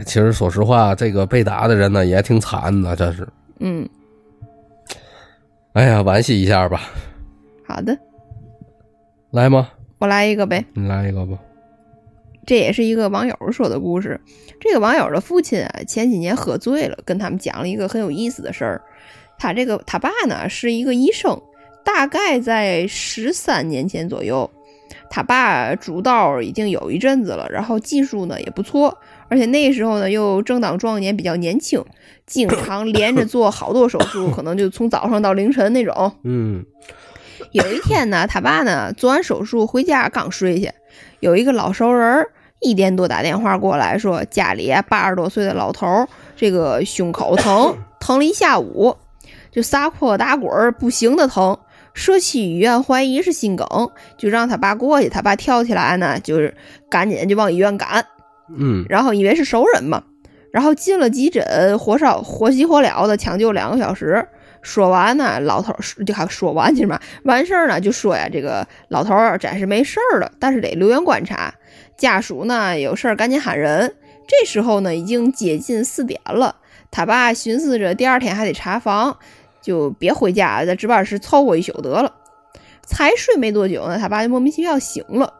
[SPEAKER 1] 其实说实话，这个被打的人呢也挺惨的，真是。
[SPEAKER 2] 嗯，
[SPEAKER 1] 哎呀，惋惜一下吧。
[SPEAKER 2] 好的，
[SPEAKER 1] 来吗？
[SPEAKER 2] 我来一个呗。
[SPEAKER 1] 你来一个吧。
[SPEAKER 2] 这也是一个网友说的故事。这个网友的父亲啊，前几年喝醉了，跟他们讲了一个很有意思的事儿。他这个他爸呢是一个医生，大概在十三年前左右，他爸主道已经有一阵子了，然后技术呢也不错，而且那时候呢又正当壮年，比较年轻，经常连着做好多手术，可能就从早上到凌晨那种。
[SPEAKER 1] 嗯
[SPEAKER 2] 有一天呢，他爸呢做完手术回家刚睡下，有一个老熟人儿一点多打电话过来说，家里啊八十多岁的老头儿这个胸口疼，疼了一下午，就撒泼打滚儿不行的疼。社区医院怀疑是心梗，就让他爸过去。他爸跳起来呢，就是赶紧就往医院赶。
[SPEAKER 1] 嗯
[SPEAKER 2] 然后以为是熟人嘛，然后进了急诊，火烧火急火燎的抢救两个小时。说完呢，老头儿就还说完去嘛，完事儿呢就说呀，这个老头儿暂时没事儿了，但是得留院观察。家属呢有事儿赶紧喊人。这时候呢已经接近四点了，他爸寻思着第二天还得查房，就别回家了，在值班室凑合一宿得了。才睡没多久呢，他爸就莫名其妙醒了。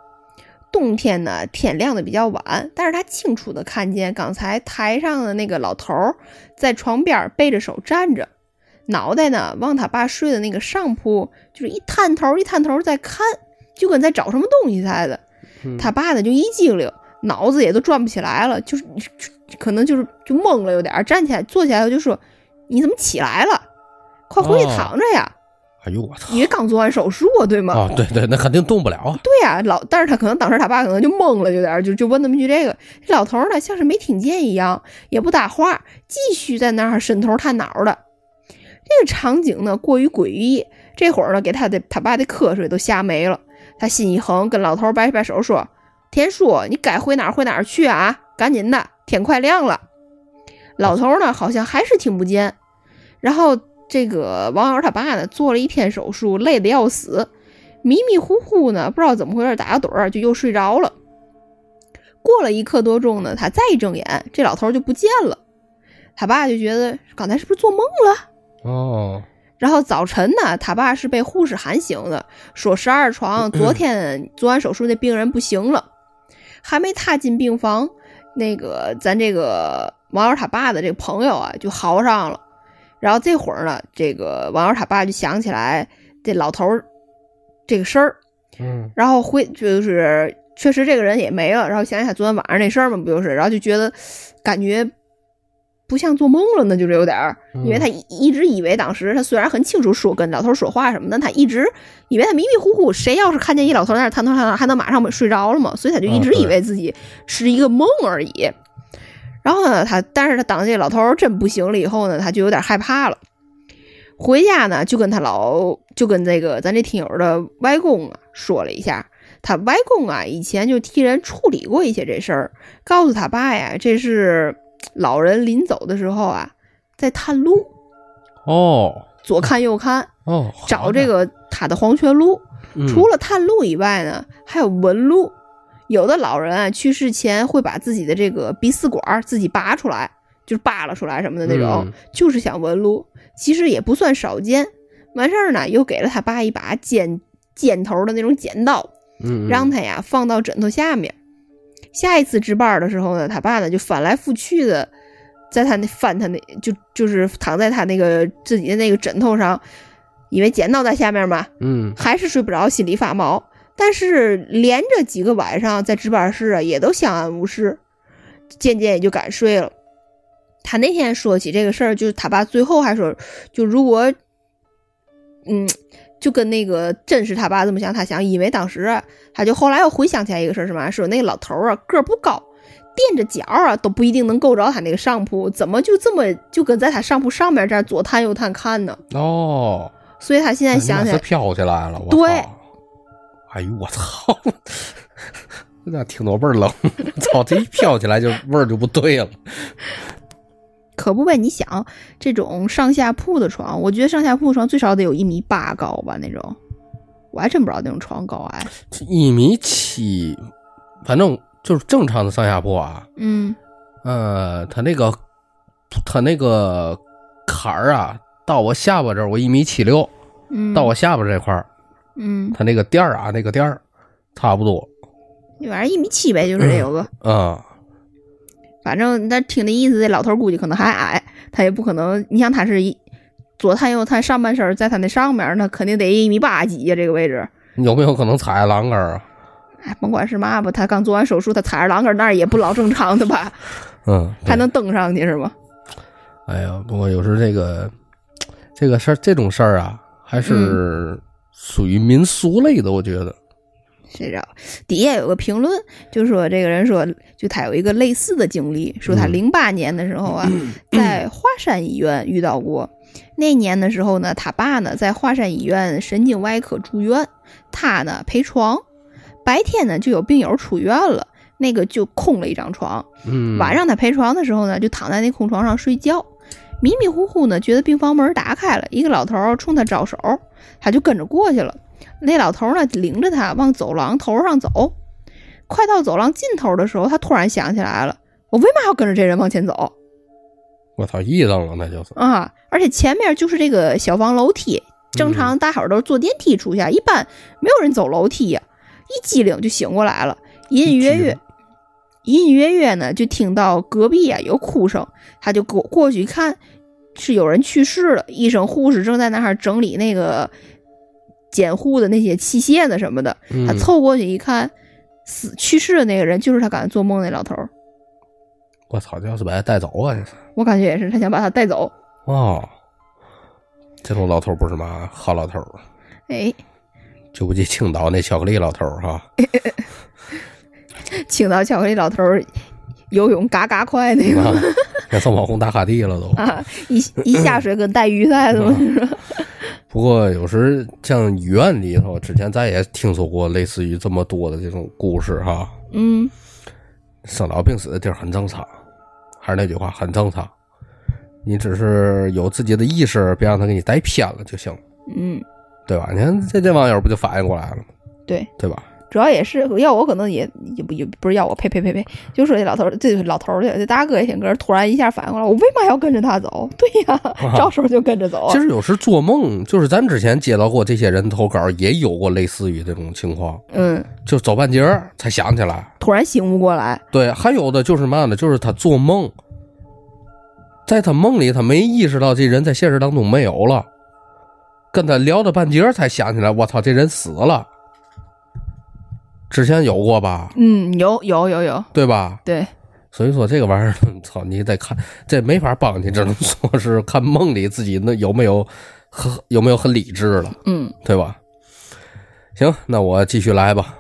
[SPEAKER 2] 冬天呢，天亮的比较晚，但是他清楚的看见刚才台上的那个老头儿在床边儿背着手站着，脑袋呢往他爸睡的那个上铺，就是一探头一探头在看，就跟在找什么东西似的。
[SPEAKER 1] 嗯
[SPEAKER 2] 他爸呢就一激灵，脑子也都转不起来了，就是就可能就是就懵了有点儿，站起来坐起来就说：“你怎么起来了？快回去
[SPEAKER 1] 哦
[SPEAKER 2] 躺着呀！
[SPEAKER 1] 哎呦我操！
[SPEAKER 2] 你刚做完手术啊，对吗？”
[SPEAKER 1] 啊，对对，那肯定动不了啊。
[SPEAKER 2] 对呀、老，但是他可能当时他爸可能就懵了，有点儿就就问那么一句这个，这老头儿呢像是没听见一样，也不搭话，继续在那儿伸头探脑的。这个场景呢过于诡异，这会儿呢给他的他爸的瞌睡都吓没了，他心一横，跟老头儿摆摆手说：“天叔，你该回哪儿回哪儿去啊，赶紧的，天快亮了。”老头儿呢好像还是听不见，然后这个网友他爸呢做了一天手术，累得要死，迷迷糊糊呢，不知道怎么回事打个盹儿就又睡着了。过了一刻多钟呢，他再一睁眼，这老头儿就不见了。他爸就觉得刚才是不是做梦了？
[SPEAKER 1] 哦，
[SPEAKER 2] 然后早晨呢，他爸是被护士喊醒的，说十 二床昨天做完手术那病人不行了，还没踏进病房，那个咱这个网友他爸的这个朋友啊，就嚎上了。然后这会儿呢，这个网友他爸就想起来这老头儿这个事儿，
[SPEAKER 1] 嗯
[SPEAKER 2] 然后回就是确实这个人也没了，然后想一想昨天晚上那事儿嘛，不就是，然后就觉得感觉不像做梦了呢，就是有点儿，
[SPEAKER 1] 嗯
[SPEAKER 2] 因为他一一直以为当时他虽然很清楚说跟老头说话什么的，但他一直以为他迷迷糊糊，谁要是看见一老头在那儿探头探脑，还能马上睡着了嘛，所以他就一
[SPEAKER 1] 嗯
[SPEAKER 2] 直
[SPEAKER 1] 对
[SPEAKER 2] 以为自己是一个梦而已。然后呢，他但是他当这老头儿真不行了以后呢，他就有点害怕了。回家呢，就跟他老就跟这个咱这听友的外公啊说了一下，他外公啊以前就替人处理过一些这事儿，告诉他爸呀，这是老人临走的时候啊，在探路，
[SPEAKER 1] 哦
[SPEAKER 2] 左看右看，
[SPEAKER 1] 哦，
[SPEAKER 2] 找这个他的黄泉路。
[SPEAKER 1] 嗯
[SPEAKER 2] 除了探路以外呢，还有纹路。有的老人啊，去世前会把自己的这个鼻饲管儿自己拔出来，就是扒拉出来什么的那种，
[SPEAKER 1] 嗯
[SPEAKER 2] 就是想纹路。其实也不算少见。完事儿呢，又给了他爸一把尖尖头的那种剪刀，
[SPEAKER 1] 嗯，嗯
[SPEAKER 2] 让他呀放到枕头下面。下一次值班的时候呢，他爸呢就翻来覆去的，在他那翻他那就就是躺在他那个自己的那个枕头上，因为剪刀在下面嘛，
[SPEAKER 1] 嗯
[SPEAKER 2] 还是睡不着，心里发毛。但是连着几个晚上在值班室啊，也都相安无事，渐渐也就敢睡了。他那天说起这个事儿，就是他爸最后还说，就如果，嗯，就跟那个真是他爸这么想，他想，因为当时啊他就后来又回想起来一个事儿，什么说那个老头儿啊个儿不高，垫着脚啊都不一定能够着他那个上铺，怎么就这么就跟在他上铺上面这样左探右探看呢？
[SPEAKER 1] 哦，
[SPEAKER 2] 所以他现在想起
[SPEAKER 1] 那
[SPEAKER 2] 来
[SPEAKER 1] 是，飘起来了，我
[SPEAKER 2] 对
[SPEAKER 1] 操，哎呦我操， 那听着味儿冷，操，这一飘起来就味儿就不对了，
[SPEAKER 2] 可不呗！你想这种上下铺的床，我觉得上下铺床最少得有一米八高吧，那种。我还真不知道那种床高矮。
[SPEAKER 1] 一米七，反正就是正常的上下铺啊，
[SPEAKER 2] 嗯
[SPEAKER 1] 呃，他那个他那个坎儿啊，到我下巴这儿，我一米七六，
[SPEAKER 2] 嗯，
[SPEAKER 1] 到我下巴这块儿，
[SPEAKER 2] 嗯，
[SPEAKER 1] 他那个垫儿啊，那个垫儿差不多，
[SPEAKER 2] 那玩意儿一米七呗，就是得有个。
[SPEAKER 1] 啊、
[SPEAKER 2] 反正那听那意思，这老头儿估计可能还矮，他也不可能。你想他是一左探右探，上半身儿在他那上面儿，那肯定得一米八几呀、这个位置。
[SPEAKER 1] 有没有可能踩栏杆儿啊？
[SPEAKER 2] 哎，甭管是嘛吧，他刚做完手术，他踩着栏杆儿那儿也不老正常的吧？
[SPEAKER 1] 嗯，对
[SPEAKER 2] 还能登上去是吗？
[SPEAKER 1] 哎呀，不过有时候这个这个事儿，这种事儿啊，还是属于民俗类的，我觉得。
[SPEAKER 2] 谁知道？底下有个评论，就说这个人说，就他有一个类似的经历，说他
[SPEAKER 1] 嗯
[SPEAKER 2] 零八年的时候啊， 在华山医院遇到过。那年的时候呢，他爸呢在华山医院神经外科住院，他呢陪床。白天呢就有病友出院了，那个就空了一张床。
[SPEAKER 1] 嗯，
[SPEAKER 2] 晚上他陪床的时候呢，就躺在那空床上睡觉，迷迷糊糊呢，觉得病房门打开了，一个老头儿冲他招手，他就跟着过去了。那老头儿呢，领着他往走廊头上走，快到走廊尽头的时候，他突然想起来了，我为嘛要跟着这人往前走
[SPEAKER 1] 我操，癔上了，那就是。
[SPEAKER 2] 啊？而且前面就是这个小房楼梯，
[SPEAKER 1] 嗯
[SPEAKER 2] 正常大伙儿都是坐电梯出去啊，一般没有人走楼梯呀、一激灵就醒过来了，隐隐约
[SPEAKER 1] 一激
[SPEAKER 2] 约
[SPEAKER 1] 灵，
[SPEAKER 2] 隐隐约约呢就听到隔壁啊有哭声，他就过过去一看，是有人去世了，医生护士正在那儿整理那个监护的那些器械呢什么的，
[SPEAKER 1] 嗯
[SPEAKER 2] 他凑过去一看，死去世的那个人就是他刚才做梦那老头儿，
[SPEAKER 1] 我操，这要是把他带走啊，这是。
[SPEAKER 2] 我感觉也是，他想把他带走，
[SPEAKER 1] 哦，这种老头儿不是嘛好老头儿，
[SPEAKER 2] 哎，
[SPEAKER 1] 就不记青岛那巧克力老头儿哈。
[SPEAKER 2] 青岛巧克力老头儿游泳嘎嘎快那个。
[SPEAKER 1] 啊，那算网红打卡地了都。
[SPEAKER 2] 啊，一一下水跟带鱼似
[SPEAKER 3] 啊
[SPEAKER 2] 的，
[SPEAKER 1] 不过有时像医院里头，之前咱也听说过类似于这么多的这种故事哈。
[SPEAKER 2] 嗯
[SPEAKER 1] 生老病死的地儿很正常，还是那句话，很正常。你只是有自己的意识，别让他给你带偏了就行了，
[SPEAKER 2] 嗯，
[SPEAKER 1] 对吧？你看这这网友不就反应过来了吗？
[SPEAKER 2] 对，
[SPEAKER 1] 对吧？
[SPEAKER 3] 主要也是要我可能也也不也不是要我，呸呸呸呸，就是那老头儿，这就是老头儿去，这大哥也挺哥，突然一下反应过来，我为嘛要跟着他走？ 对呀，招手就跟着走啊。
[SPEAKER 1] 其实有时做梦，就是咱之前接到过这些人投稿，也有过类似于这种情况，
[SPEAKER 3] 嗯，
[SPEAKER 1] 就走半截儿才想起来。
[SPEAKER 3] 突然醒悟过来，
[SPEAKER 1] 对，还有的就是嘛呢，就是他做梦，在他梦里他没意识到这人在现实当中没有了，跟他聊到半截儿才想起来，我操，这人死了。之前有过吧，
[SPEAKER 3] 嗯，有有有有，
[SPEAKER 1] 对吧？
[SPEAKER 3] 对，
[SPEAKER 1] 所以说这个玩意儿，操，你得看，这没法帮你，只能说是看梦里自己那有没有很有没有很理智了，
[SPEAKER 3] 嗯，
[SPEAKER 1] 对吧？行，那我继续来吧。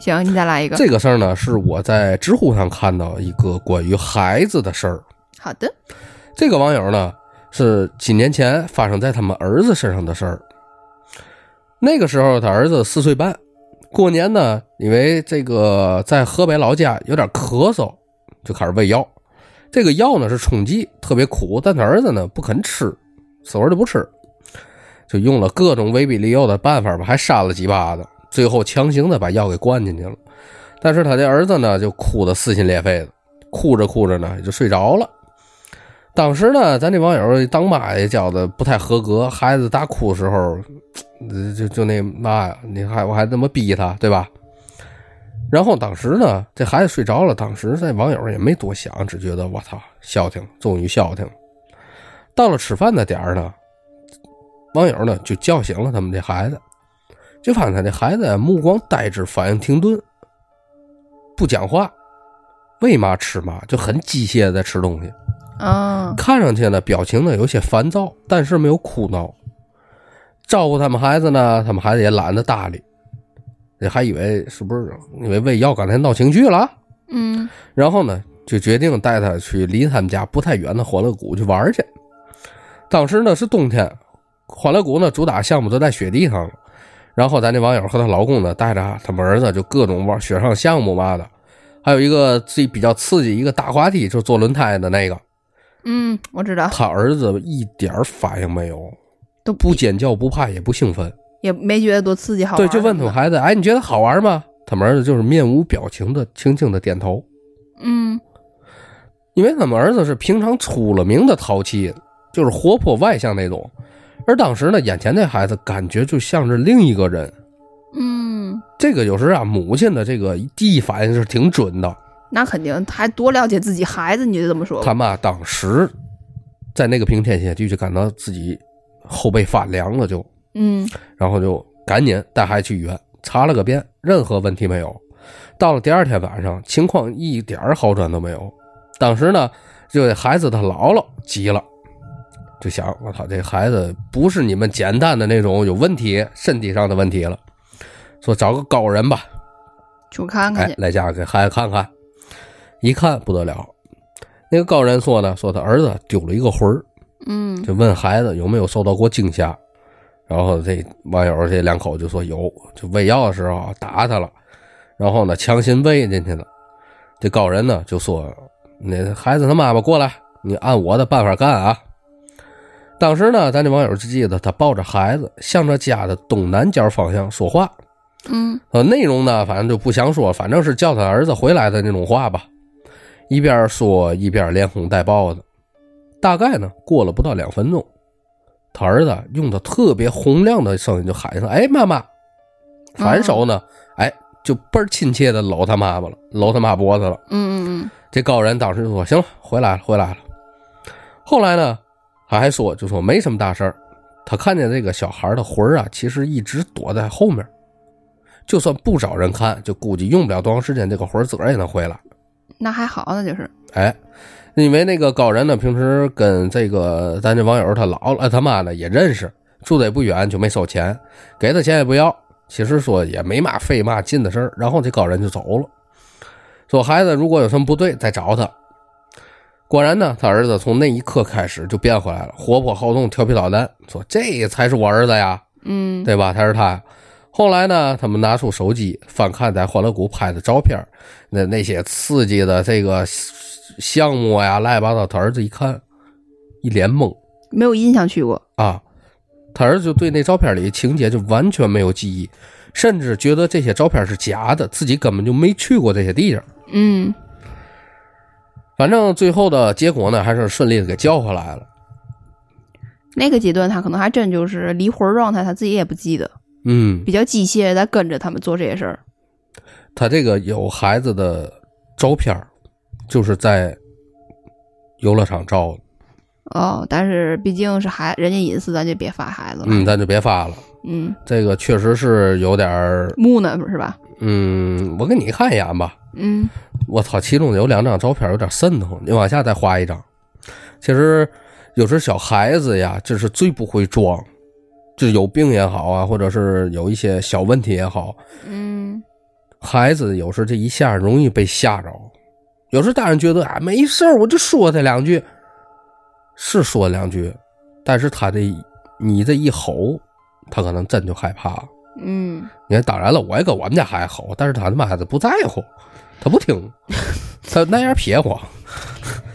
[SPEAKER 3] 行，你再来一个，
[SPEAKER 1] 这个事儿呢，是我在知乎上看到一个关于孩子的事儿。
[SPEAKER 3] 好的，
[SPEAKER 1] 这个网友呢，是几年前发生在他们儿子身上的事儿。那个时候，他儿子四岁半，过年呢，因为这个在河北老家有点咳嗽，就开始喂药。这个药呢是冲剂，特别苦，但他儿子呢不肯吃，死活就不吃，就用了各种威逼利诱的办法吧，还扇了几巴子，最后强行的把药给灌进去了。但是他的儿子呢，就哭得撕心裂肺的，哭着哭着呢，也就睡着了。当时呢，咱这网友当妈也教的不太合格，孩子大哭时候，呃就就那嘛呀，你还我还那么逼他，对吧？然后当时呢，这孩子睡着了，当时这网友也没多想，只觉得我操，消停，终于消停了。到了吃饭的点儿呢，网友呢就叫醒了他们这孩子，就发现他这孩子啊目光呆滞，反应停顿，不讲话，喂嘛吃嘛，就很机械地在吃东西。
[SPEAKER 3] 啊，
[SPEAKER 1] 看上去呢，表情呢有些烦躁，但是没有哭闹。照顾他们孩子呢，他们孩子也懒得搭理，也还以为是不是以为喂药刚才闹情绪了，
[SPEAKER 3] 嗯
[SPEAKER 1] 然后呢就决定带他去离他们家不太远的欢乐谷去玩去。当时呢是冬天，欢乐谷呢主打项目都在雪地上了。然后咱这网友和她老公呢，带着他们儿子就各种玩雪上项目嘛的，还有一个自己比较刺激一个大滑梯，就坐轮胎的那个。
[SPEAKER 3] 嗯，我知道，
[SPEAKER 1] 他儿子一点儿反应没有，
[SPEAKER 3] 都
[SPEAKER 1] 不尖叫、不怕、也不兴奋。
[SPEAKER 3] 也没觉得多刺激，好
[SPEAKER 1] 对，
[SPEAKER 3] 玩
[SPEAKER 1] 就问
[SPEAKER 3] 什么
[SPEAKER 1] 他们
[SPEAKER 3] 的，
[SPEAKER 1] 孩子：“哎，你觉得好玩吗？”他们儿子就是面无表情的、轻轻的点头，
[SPEAKER 3] 嗯
[SPEAKER 1] 因为他们儿子是平常出了名的淘气，就是活泼外向那种。而当时呢，眼前这孩子感觉就像是另一个人。
[SPEAKER 3] 嗯，
[SPEAKER 1] 这个有时啊，母亲的这个第一反应是挺准的。
[SPEAKER 3] 那肯定，他还多了解自己孩子，你就这么说吧，
[SPEAKER 1] 他妈当时在那个冰天雪地就感到自己后背发凉了，就
[SPEAKER 3] 嗯
[SPEAKER 1] 然后就赶紧带孩子去医院查了个遍，任何问题没有。到了第二天晚上，情况一点儿好转都没有。当时呢，就这孩子他姥姥急了，就想：我操，这孩子不是你们简单的那种有问题，身体上的问题了。说找个高人吧，
[SPEAKER 3] 去看
[SPEAKER 2] 嗯
[SPEAKER 3] 看
[SPEAKER 1] 哎
[SPEAKER 3] 去，，
[SPEAKER 1] 来家给孩子看看。一看不得了，那个高人说呢，说他儿子丢了一个魂儿，
[SPEAKER 3] 嗯
[SPEAKER 1] 就问孩子有没有受到过惊吓，然后这网友这两口就说有，就喂药的时候啊打他了，然后呢强行喂进去了。这高人呢就说：“那孩子他妈妈过来，你按我的办法干啊。”当时呢，咱这网友只记得他抱着孩子向着家的东南角方向说话，
[SPEAKER 3] 嗯
[SPEAKER 1] 呃，内容呢反正就不详说，反正是叫他儿子回来的那种话吧。一边说一边连哄带抱的，大概呢过了不到两分钟，他儿子用的特别洪亮的声音就喊上：“哎，妈妈！”反手呢，哎，就倍儿亲切的搂他妈妈了，搂他妈脖子了。
[SPEAKER 3] 嗯嗯嗯，
[SPEAKER 1] 这高人当时就说：“行了，回来了，回来了。”后来呢，他还说，就说没什么大事儿。他看见这个小孩的魂儿啊，其实一直躲在后面，就算不找人看，就估计用不了多长时间，这个魂儿自个儿也能回来。
[SPEAKER 3] 那还好呢，就是，
[SPEAKER 1] 哎，因为那个高人呢，平时跟这个咱这网友他姥哎姥他妈呢也认识，住的也不远，就没收钱，给他钱也不要。其实说也没嘛费嘛劲的事儿，然后这高人就走了，说孩子如果有什么不对再找他。果然呢，他儿子从那一刻开始就变回来了，活泼好动，调皮捣蛋，说这才是我儿子呀，
[SPEAKER 3] 嗯
[SPEAKER 1] 对吧？他是他。后来呢，他们拿出手机翻看在欢乐谷拍的照片，那那些刺激的这个项目呀，乱七八糟。他儿子一看，一脸懵
[SPEAKER 3] 没有印象去过，
[SPEAKER 1] 啊，他儿子就对那照片里情节就完全没有记忆，甚至觉得这些照片是假的，自己根本就没去过这些地方。
[SPEAKER 2] 嗯
[SPEAKER 1] 反正最后的结果呢，还是顺利的给叫回来了。
[SPEAKER 2] 那个阶段他可能还真就是离魂儿状态，他自己也不记得，
[SPEAKER 1] 嗯，
[SPEAKER 2] 比较机械地在跟着他们做这些事儿。
[SPEAKER 1] 他这个有孩子的照片儿，就是在游乐场照的。
[SPEAKER 2] 哦，但是毕竟是孩人家隐私，咱就别发孩子了。
[SPEAKER 1] 嗯，咱就别发了。
[SPEAKER 2] 嗯，
[SPEAKER 1] 这个确实是有点儿，
[SPEAKER 2] 木讷是吧？
[SPEAKER 1] 嗯，我给你看一眼吧。
[SPEAKER 2] 嗯
[SPEAKER 1] 我操，其中有两张照片有点渗透，你往下再画一张。其实有时候小孩子呀，这是最不会装，就是有病也好啊，或者是有一些小问题也好，
[SPEAKER 2] 嗯
[SPEAKER 1] 孩子有时这一下容易被吓着。有时大人觉得啊没事儿，我就说他两句，是说两句，但是他这你这一吼，他可能真就害怕了。
[SPEAKER 2] 嗯，
[SPEAKER 1] 你看，当然了，我也跟我们家孩子吼，但是他他妈的不在乎，他不听， 他那样撇我，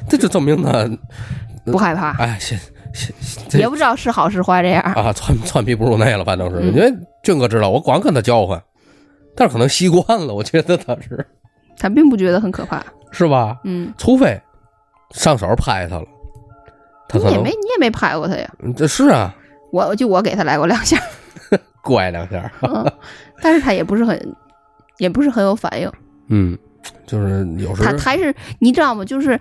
[SPEAKER 1] 这就证明他
[SPEAKER 2] 不害怕，
[SPEAKER 1] 哎，先先这
[SPEAKER 2] 也不知道是好是坏这样。
[SPEAKER 1] 啊，穿穿皮不入内了，反正是，
[SPEAKER 2] 嗯
[SPEAKER 1] 因为俊哥知道，我光跟他叫唤，但是可能习惯了，我觉得他是
[SPEAKER 2] 他并不觉得很可怕。
[SPEAKER 1] 是吧？
[SPEAKER 2] 嗯，
[SPEAKER 1] 除非上手拍他了，他
[SPEAKER 2] 你
[SPEAKER 1] 可
[SPEAKER 2] 也
[SPEAKER 1] 能
[SPEAKER 2] 没你也没拍过他呀，
[SPEAKER 1] 嗯这是啊，
[SPEAKER 2] 我就我给他来过两下，
[SPEAKER 1] 乖两下，
[SPEAKER 2] 嗯，但是他也不是很，也不是很有反应。
[SPEAKER 1] 嗯，就是有时
[SPEAKER 2] 他
[SPEAKER 1] 候
[SPEAKER 2] 他还是你知道吗？就是，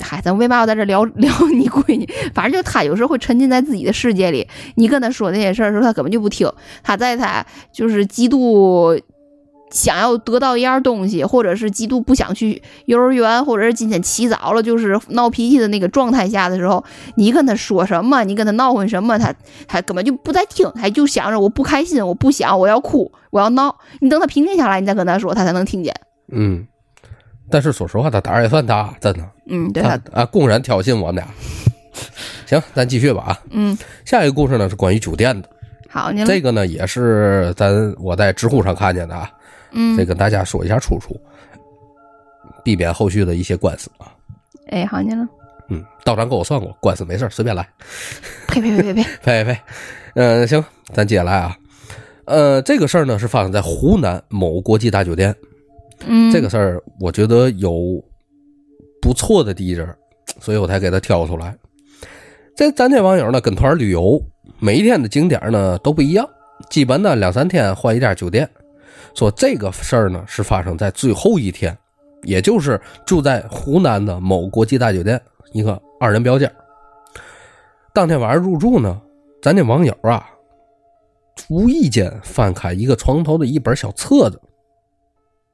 [SPEAKER 2] 嗨，咱为嘛要在这聊 聊你闺女？反正就他有时候会沉浸在自己的世界里，你跟他说那些事儿的时候，他根本就不听。他在他就是极度。想要得到一样东西，或者是极度不想去幼儿园，或者是今天起早了就是闹脾气的那个状态下的时候，你跟他说什么，你跟他闹混什么，他他根本就不在听，他就想着我不开心，我不想，我要哭，我要闹。你等他平静下来，你再跟他说，他才能听见。
[SPEAKER 1] 嗯，但是说实话，他胆儿也算大，真的。
[SPEAKER 2] 嗯，对
[SPEAKER 1] 他啊，公然挑衅我们俩。行，咱继续吧啊。
[SPEAKER 2] 嗯，
[SPEAKER 1] 下一个故事呢是关于酒店的，
[SPEAKER 2] 好，您
[SPEAKER 1] 这个呢也是咱我在知乎上看见的啊，
[SPEAKER 2] 嗯，
[SPEAKER 1] 这跟大家说一下出处，避免后续的一些官司啊。
[SPEAKER 2] 哎，好，您了，
[SPEAKER 1] 嗯，道长给我算过，官司没事儿随便来。
[SPEAKER 2] 呸呸呸呸呸，
[SPEAKER 1] 呸呸，嗯、行，咱接下来啊，呃，这个事儿呢是发生在湖南某国际大酒店，
[SPEAKER 2] 嗯，
[SPEAKER 1] 这个事儿我觉得有不错的地儿，所以我才给他挑出来。这咱这网友呢跟团旅游，每一天的景点呢都不一样，基本呢两三天换一家酒店。说这个事儿呢是发生在最后一天，也就是住在湖南的某国际大酒店一个二人标间儿。当天晚上入住呢，咱这网友啊，无意间翻开一个床头的一本小册子，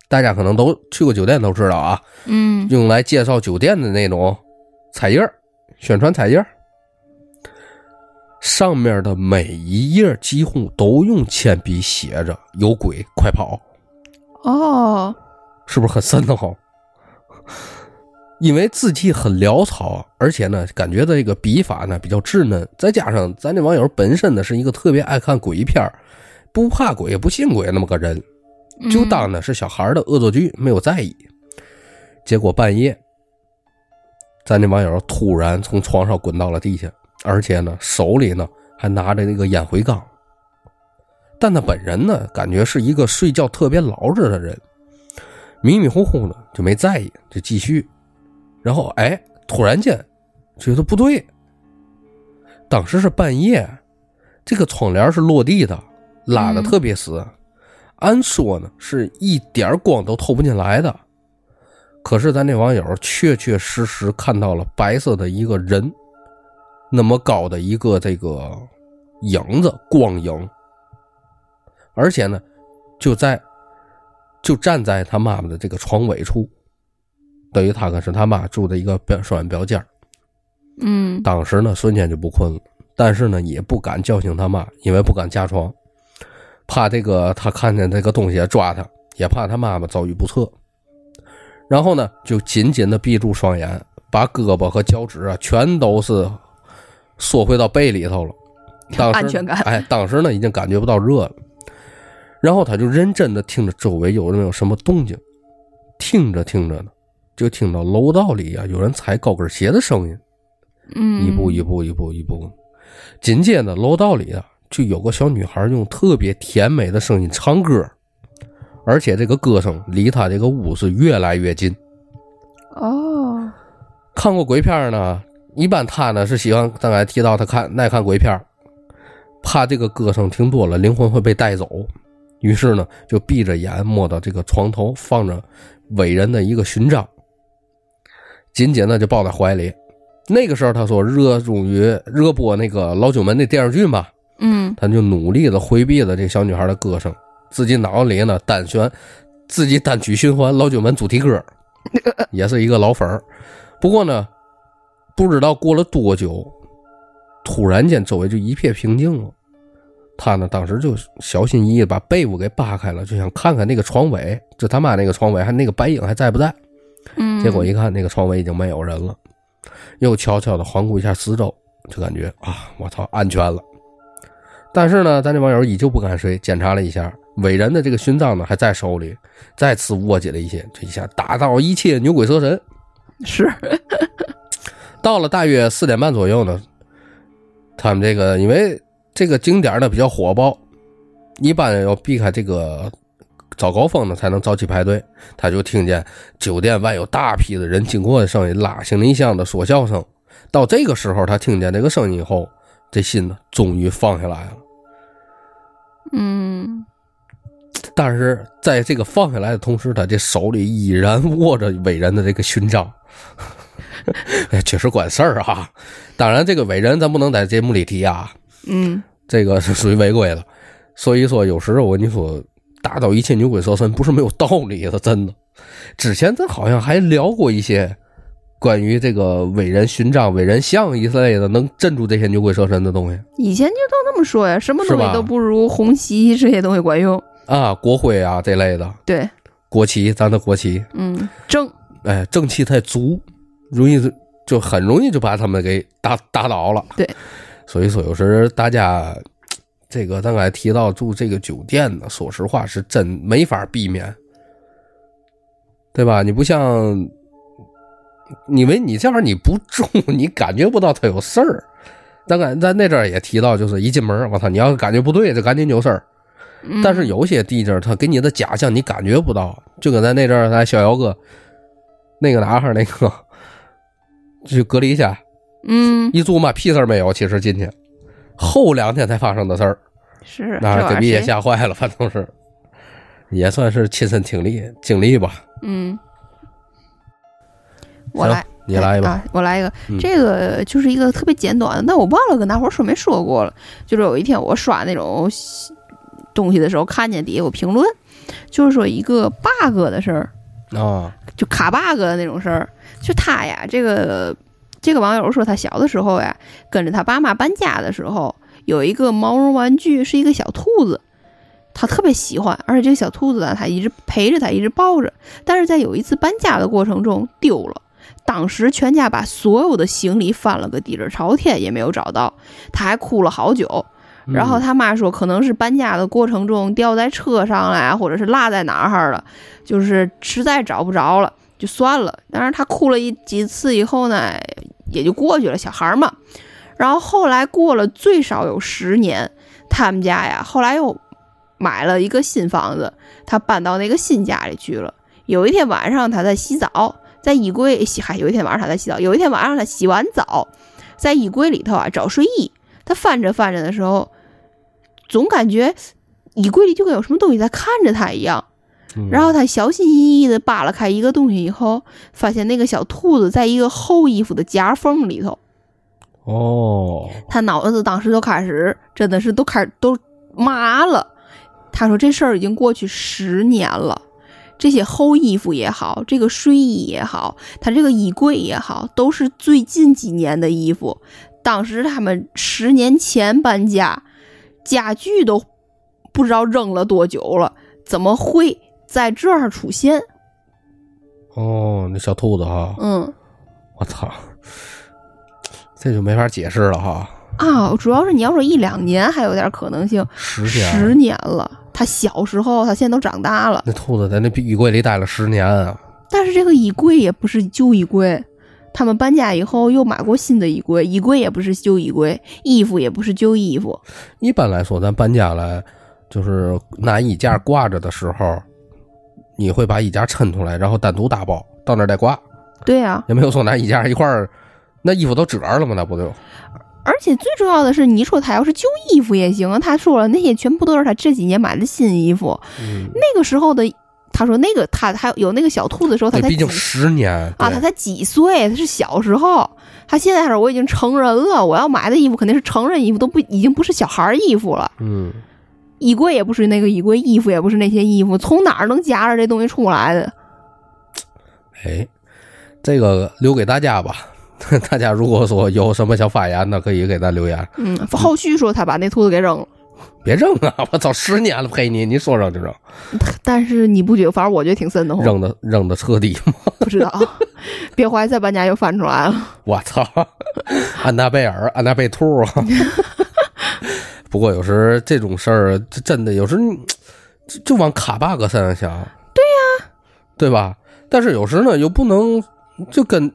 [SPEAKER 1] 大家可能都去过酒店都知道啊，
[SPEAKER 2] 嗯
[SPEAKER 1] 用来介绍酒店的那种彩页儿、宣传彩页儿，上面的每一页几乎都用铅笔写着“有鬼，快跑
[SPEAKER 2] 哦，”，
[SPEAKER 1] 是不是很瘆得慌？因为字迹很潦草，而且呢，感觉这个笔法呢比较稚嫩，再加上咱这网友本身呢是一个特别爱看鬼片儿不怕鬼也不信鬼那么个人，
[SPEAKER 2] 嗯
[SPEAKER 1] 就当呢是小孩的恶作剧，没有在意。结果半夜，咱这网友突然从床上滚到了地下，而且呢手里呢还拿着那个烟灰缸。但他本人呢，感觉是一个睡觉特别老实的人，迷迷糊糊的就没在意，就继续。然后哎，突然间觉得不对，当时是半夜，这个窗帘是落地的，拉的
[SPEAKER 2] 嗯
[SPEAKER 1] 特别死。按说呢是一点儿光都透不进来的，可是咱这网友确确实实看到了白色的一个人，那么高的一个这个影子光影，而且呢就在就站在他妈妈的这个床尾处，等于他可是他妈住的一个标双人标间儿
[SPEAKER 2] 嗯
[SPEAKER 1] 当时呢，瞬间就不困了，但是呢，也不敢叫醒他妈，因为不敢下床，怕这个他看见这个东西抓他，也怕他妈妈遭遇不测。然后呢，就紧紧的闭住双眼，把胳膊和脚趾啊，全都是缩回到被里头了。当时
[SPEAKER 2] 安全感
[SPEAKER 1] 哎，当时呢已经感觉不到热了。然后他就认真的听着周围有没有什么动静，听着听着呢，就听到楼道里啊有人踩高跟鞋的声音。
[SPEAKER 2] 嗯，
[SPEAKER 1] 一步一步一步一步，紧接着楼道里啊，就有个小女孩用特别甜美的声音唱歌，而且这个歌声离她这个屋是越来越近。
[SPEAKER 2] 哦，
[SPEAKER 1] 看过鬼片儿呢，一般他呢是喜欢刚才提到他看爱看鬼片儿，怕这个歌声听多了灵魂会被带走，于是呢就闭着眼摸到这个床头放着伟人的一个勋章，紧紧的就抱在怀里。那个时候他说热衷于热播那个老九门那电视剧嘛，
[SPEAKER 2] 嗯，
[SPEAKER 1] 他就努力的回避了这小女孩的歌声，自己脑子里呢单旋，自己单曲循环老九门主题歌，也是一个老粉儿。不过呢，不知道过了多久，突然间周围就一片平静了。他呢，当时就小心翼翼地把被窝给扒开了，就想看看那个床尾，就他妈那个床尾还那个白影还在不在。
[SPEAKER 2] 嗯
[SPEAKER 1] 结果一看，那个床尾已经没有人了，又悄悄的环顾一下四周，就感觉啊，我操，安全了。但是呢，咱这网友依旧不敢睡，检查了一下，伟人的这个勋章呢还在手里，再次握紧了一些，这一下打到一切牛鬼蛇神。
[SPEAKER 2] 是，
[SPEAKER 1] 到了大约四点半左右呢，他们这个因为这个景点呢比较火爆，一般要避开这个早高峰呢才能早起排队。他就听见酒店外有大批的人经过的声音，拉行李箱的说笑声。到这个时候，他听见这个声音以后，这心呢终于放下来了。
[SPEAKER 2] 嗯，
[SPEAKER 1] 但是在这个放下来的同时，他这手里依然握着伟人的这个勋章， 哎确实管事儿啊。当然，这个伟人咱不能在节目里提啊，
[SPEAKER 2] 嗯，
[SPEAKER 1] 这个是属于违规了。所以说，有时候我跟你说，打倒一切牛鬼蛇神不是没有道理的，真的。之前咱好像还聊过一些关于这个伟人勋章、伟人像一类的，能镇住这些牛鬼蛇神的东西
[SPEAKER 2] 以前就都那么说呀，什么
[SPEAKER 1] 是
[SPEAKER 2] 东
[SPEAKER 1] 吧
[SPEAKER 2] 西都不如红旗这些东西管用。
[SPEAKER 1] 啊，国徽啊这类的，
[SPEAKER 2] 对，
[SPEAKER 1] 国旗，咱的国旗，
[SPEAKER 2] 嗯，正，
[SPEAKER 1] 哎，正气太足，容易就就很容易就把他们给打打倒了。
[SPEAKER 2] 对，
[SPEAKER 1] 所以说有时大家这个刚才提到住这个酒店呢，说实话是真没法避免，对吧？你不像，因为你这玩意儿你不住，你感觉不到他有事儿。当然，咱那阵儿也提到，就是一进门，我操，你要是感觉不对，就赶紧有事儿。
[SPEAKER 2] 嗯
[SPEAKER 1] 但是有些地界儿，它给你的假象你感觉不到，就跟咱那阵儿，咱逍遥哥那个哪哈那个， 就隔离一下，
[SPEAKER 2] 嗯，
[SPEAKER 1] 一住嘛屁事儿没有，其实进去后两天才发生的事儿，
[SPEAKER 2] 是这
[SPEAKER 1] 那
[SPEAKER 2] 玩
[SPEAKER 1] 给
[SPEAKER 2] 意
[SPEAKER 1] 逼
[SPEAKER 2] 儿
[SPEAKER 1] 也
[SPEAKER 2] 谁？
[SPEAKER 1] 吓坏了，反正是也算是亲身经历经历吧。
[SPEAKER 2] 嗯，我
[SPEAKER 1] 行
[SPEAKER 2] 来。
[SPEAKER 1] 你来吧，
[SPEAKER 2] 啊，我来一个
[SPEAKER 1] 嗯，
[SPEAKER 2] 这个就是一个特别简短的，但我忘了跟大伙儿说没说过了。就是有一天我刷那种东西的时候，看见底下有评论，就是说一个 bug 的事儿，
[SPEAKER 1] 啊，
[SPEAKER 2] 就卡 bug 的那种事儿。就他呀，这个这个网友说他小的时候呀，跟着他爸妈搬家的时候，有一个毛绒玩具是一个小兔子，他特别喜欢，而且这个小兔子呢，他一直陪着他，一直抱着。但是在有一次搬家的过程中丢了。当时全家把所有的行李翻了个底儿朝天，也没有找到。他还哭了好久。
[SPEAKER 1] 嗯
[SPEAKER 2] 然后他妈说，可能是搬家的过程中掉在车上了呀，或者是落在哪儿了，就是实在找不着了，就算了。但是他哭了一几次以后呢，也就过去了，小孩儿嘛。然后后来过了最少有十年，他们家呀，后来又买了一个新房子，他搬到那个新家里去了。有一天晚上，他在洗澡，在衣柜洗，还有一天晚上他在洗澡，有一天晚上他洗完澡，在衣柜里头啊找睡衣，他翻着翻着的时候，总感觉衣柜里就跟有什么东西在看着他一样。
[SPEAKER 1] 嗯，
[SPEAKER 2] 然后他小心翼翼地扒拉开一个东西以后，发现那个小兔子在一个厚衣服的夹缝里头。
[SPEAKER 1] 哦，
[SPEAKER 2] 他脑子当时都开始，真的是都开始都麻了。他说这事儿已经过去十年了，这些厚衣服也好，这个睡衣也好，他这个衣柜也好，都是最近几年的衣服。当时他们十年前搬家，家具都不知道扔了多久了，怎么会在这儿出现？
[SPEAKER 1] 哦，那小兔子哈，
[SPEAKER 2] 嗯
[SPEAKER 1] 我操，这就没法解释了哈，
[SPEAKER 2] 啊，主要是你要说一两年还有点可能性，
[SPEAKER 1] 十天，
[SPEAKER 2] 十年了。他小时候，他现在都长大了。
[SPEAKER 1] 那兔子在那衣柜里待了十年啊，
[SPEAKER 2] 但是这个衣柜也不是旧衣柜，他们搬家以后又买过新的衣柜，衣柜也不是旧衣柜，衣服也不是旧衣服。
[SPEAKER 1] 一般来说，咱搬家来，就是拿衣架挂着的时候，你会把衣架抻出来，然后单独打包，到那儿再挂，
[SPEAKER 2] 对啊，
[SPEAKER 1] 也没有说拿衣架一块儿，那衣服都褶儿了吗？那不就
[SPEAKER 2] 而且最重要的是，你说他要是旧衣服也行，他说了那些全部都是他这几年买的新衣服，
[SPEAKER 1] 嗯，
[SPEAKER 2] 那个时候的。他说：“那个他还有那个小兔子的时候，他
[SPEAKER 1] 那
[SPEAKER 2] 才
[SPEAKER 1] 毕竟
[SPEAKER 2] 几
[SPEAKER 1] 十年
[SPEAKER 2] 啊，
[SPEAKER 1] 对
[SPEAKER 2] 他才几岁，他是小时候。他现在是我已经成人了，我要买的衣服肯定是成人衣服，都不已经不是小孩儿衣服了。
[SPEAKER 1] 嗯，
[SPEAKER 2] 衣柜也不是那个衣柜，衣服也不是那些衣服，从哪儿能夹着这东西出来的？嗯
[SPEAKER 1] 哎，这个留给大家吧。 大家如果说有什么想发言的，可以给咱留言。
[SPEAKER 2] 嗯，后续说他把那兔子给扔了，
[SPEAKER 1] 别扔啊！我操，十年了陪你，你说扔就扔，
[SPEAKER 2] 但是你不觉得？反正我觉得挺瘆得慌，
[SPEAKER 1] 扔的扔的彻底。
[SPEAKER 2] 不知道， 别怀疑再搬家又翻出来了。
[SPEAKER 1] 我操，安娜贝尔、安娜贝兔啊！ 不过有时这种事儿，这真的有时你就就往卡 bug 身上想。对呀、对吧？但是有时呢，又不能就跟你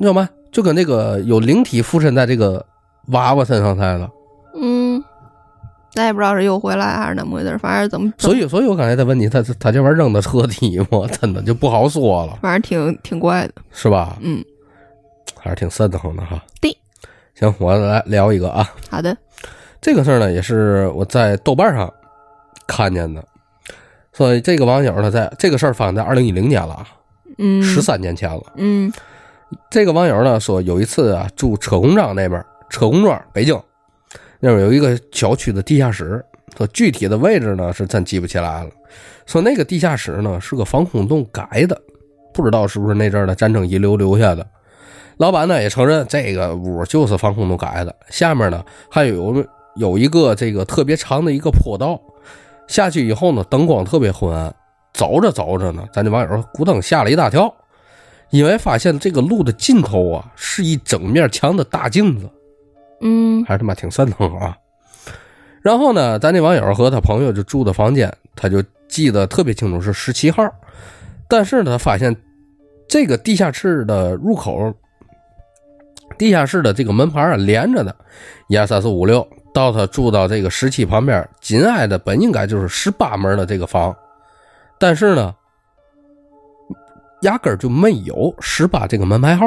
[SPEAKER 1] 知道吗？就跟那个有灵体附身在这个娃娃身上来了。
[SPEAKER 2] 嗯，咱也不知道是又回来还是怎么回事，反正怎么，
[SPEAKER 1] 所以，所以我刚才在问你，他他这玩意儿扔的彻底吗？ 真的就不好说了，
[SPEAKER 2] 反正挺挺怪的。
[SPEAKER 1] 是吧？
[SPEAKER 2] 嗯，
[SPEAKER 1] 还是挺瘆得慌的哈。
[SPEAKER 2] 对，
[SPEAKER 1] 行，我来聊一个啊。
[SPEAKER 2] 好的，
[SPEAKER 1] 这个事儿呢，也是我在豆瓣上看见的。所以这个网友呢，在这个事儿发生在二零一零年了啊，
[SPEAKER 2] 嗯，
[SPEAKER 1] 十三年前了。
[SPEAKER 2] 嗯
[SPEAKER 1] 这个网友呢说，有一次啊，住车公庄那边，车公庄北京那边有一个小区的地下室，说具体的位置呢是真记不起来了。说那个地下室呢是个防空洞改的，不知道是不是那阵儿的战争遗留留下的。老板呢也承认这个屋就是防空洞改的，下面呢还有有一个这个特别长的一个坡道，下去以后呢灯光特别昏暗，走着走着呢，咱这网友咕噔吓了一大跳。因为发现这个路的尽头啊，是一整面墙的大镜子，
[SPEAKER 2] 嗯
[SPEAKER 1] 还是他妈挺瘆得慌啊。然后呢，咱这网友和他朋友就住的房间，他就记得特别清楚是十七号，但是呢，他发现这个地下室的入口，地下室的这个门牌啊连着的，一二三四五六，到他住到这个十七旁边紧挨的本应该就是十八门的这个房，但是呢，压根儿就没有十八这个门牌号。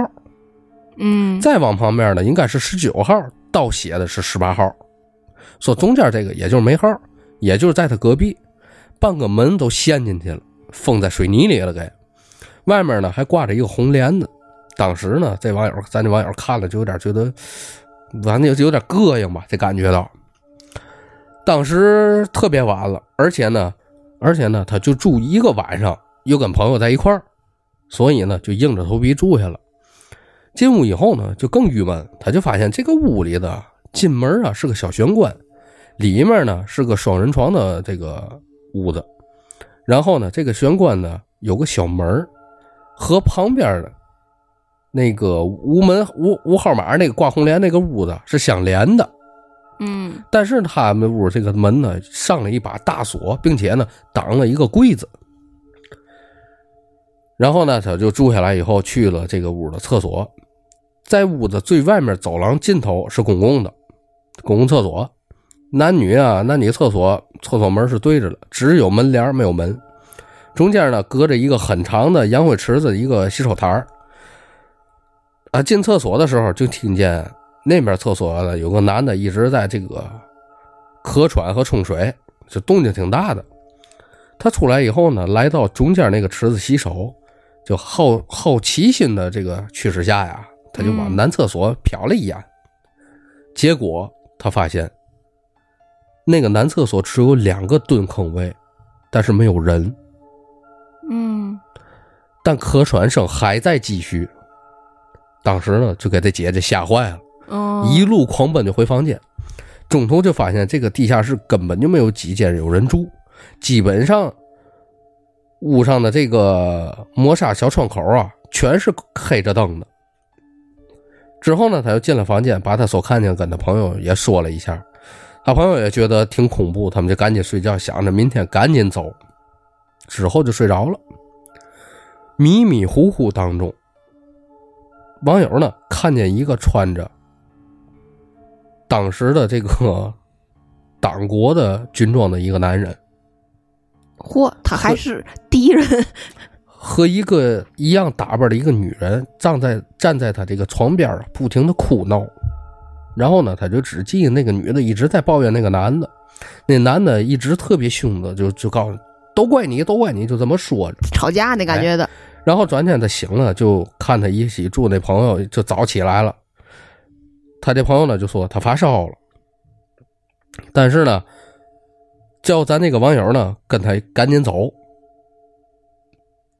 [SPEAKER 2] 嗯，
[SPEAKER 1] 再往旁边呢，应该是十九号，倒写的是十八号，说中间这个也就是没号，也就是在他隔壁，半个门都陷进去了，封在水泥里了给。外面呢还挂着一个红帘子，当时呢这网友咱这网友看了就有点觉得，反正就有点膈应吧，这感觉到。当时特别晚了，而且呢，而且呢他就住一个晚上，又跟朋友在一块儿，所以呢就硬着头皮住下了。进屋以后呢，就更郁闷，他就发现这个屋里的进门啊是个小玄关，里面呢是个双人床的这个屋子，然后呢这个玄关呢有个小门儿和旁边的那个无门无无号码那个挂红帘那个屋子是相连的，
[SPEAKER 2] 嗯
[SPEAKER 1] 但是他们屋这个门呢上了一把大锁，并且呢挡了一个柜子。然后呢，他就住下来以后去了这个屋的厕所，在屋子最外面走廊尽头是公共的，公共厕所，男女啊，男女厕所，厕所门是对着的，只有门帘儿没有门，中间呢隔着一个很长的洋灰池子，一个洗手台儿。啊，进厕所的时候就听见那边厕所呢有个男的一直在这个咳喘和冲水，这动静挺大的。他出来以后呢，来到中间那个池子洗手，就好好奇心的这个驱使下呀，他就往
[SPEAKER 2] 嗯
[SPEAKER 1] 男厕所瞟了一眼，结果他发现那个男厕所只有两个蹲坑位，但是没有人，
[SPEAKER 2] 嗯，
[SPEAKER 1] 但咳喘声还在继续。当时呢，就给这姐姐吓坏了。
[SPEAKER 2] 哦
[SPEAKER 1] 一路狂奔就回房间，中途就发现这个地下室根本就没有几间有人住，基本上屋上的这个磨砂小窗口啊，全是黑着灯的。之后呢，他又进了房间，把他所看见跟他朋友也说了一下，他朋友也觉得挺恐怖，他们就赶紧睡觉，想着明天赶紧走。之后就睡着了，迷迷糊糊当中，网友呢看见一个穿着当时的这个党国的军装的一个男人，
[SPEAKER 2] 嚯，他还是敌人，
[SPEAKER 1] 和一个一样打扮的一个女人站在站在他这个床边儿啊，不停的哭闹。然后呢，他就只记得那个女的一直在抱怨那个男的，那男的一直特别凶的，就就告诉都怪你，都怪你，就这么说着。
[SPEAKER 2] 吵架那感觉的。
[SPEAKER 1] 然后转天他醒了，就看他一起住那朋友就早起来了。他这朋友呢就说他发烧了，但是呢，叫咱那个网友呢跟他赶紧走。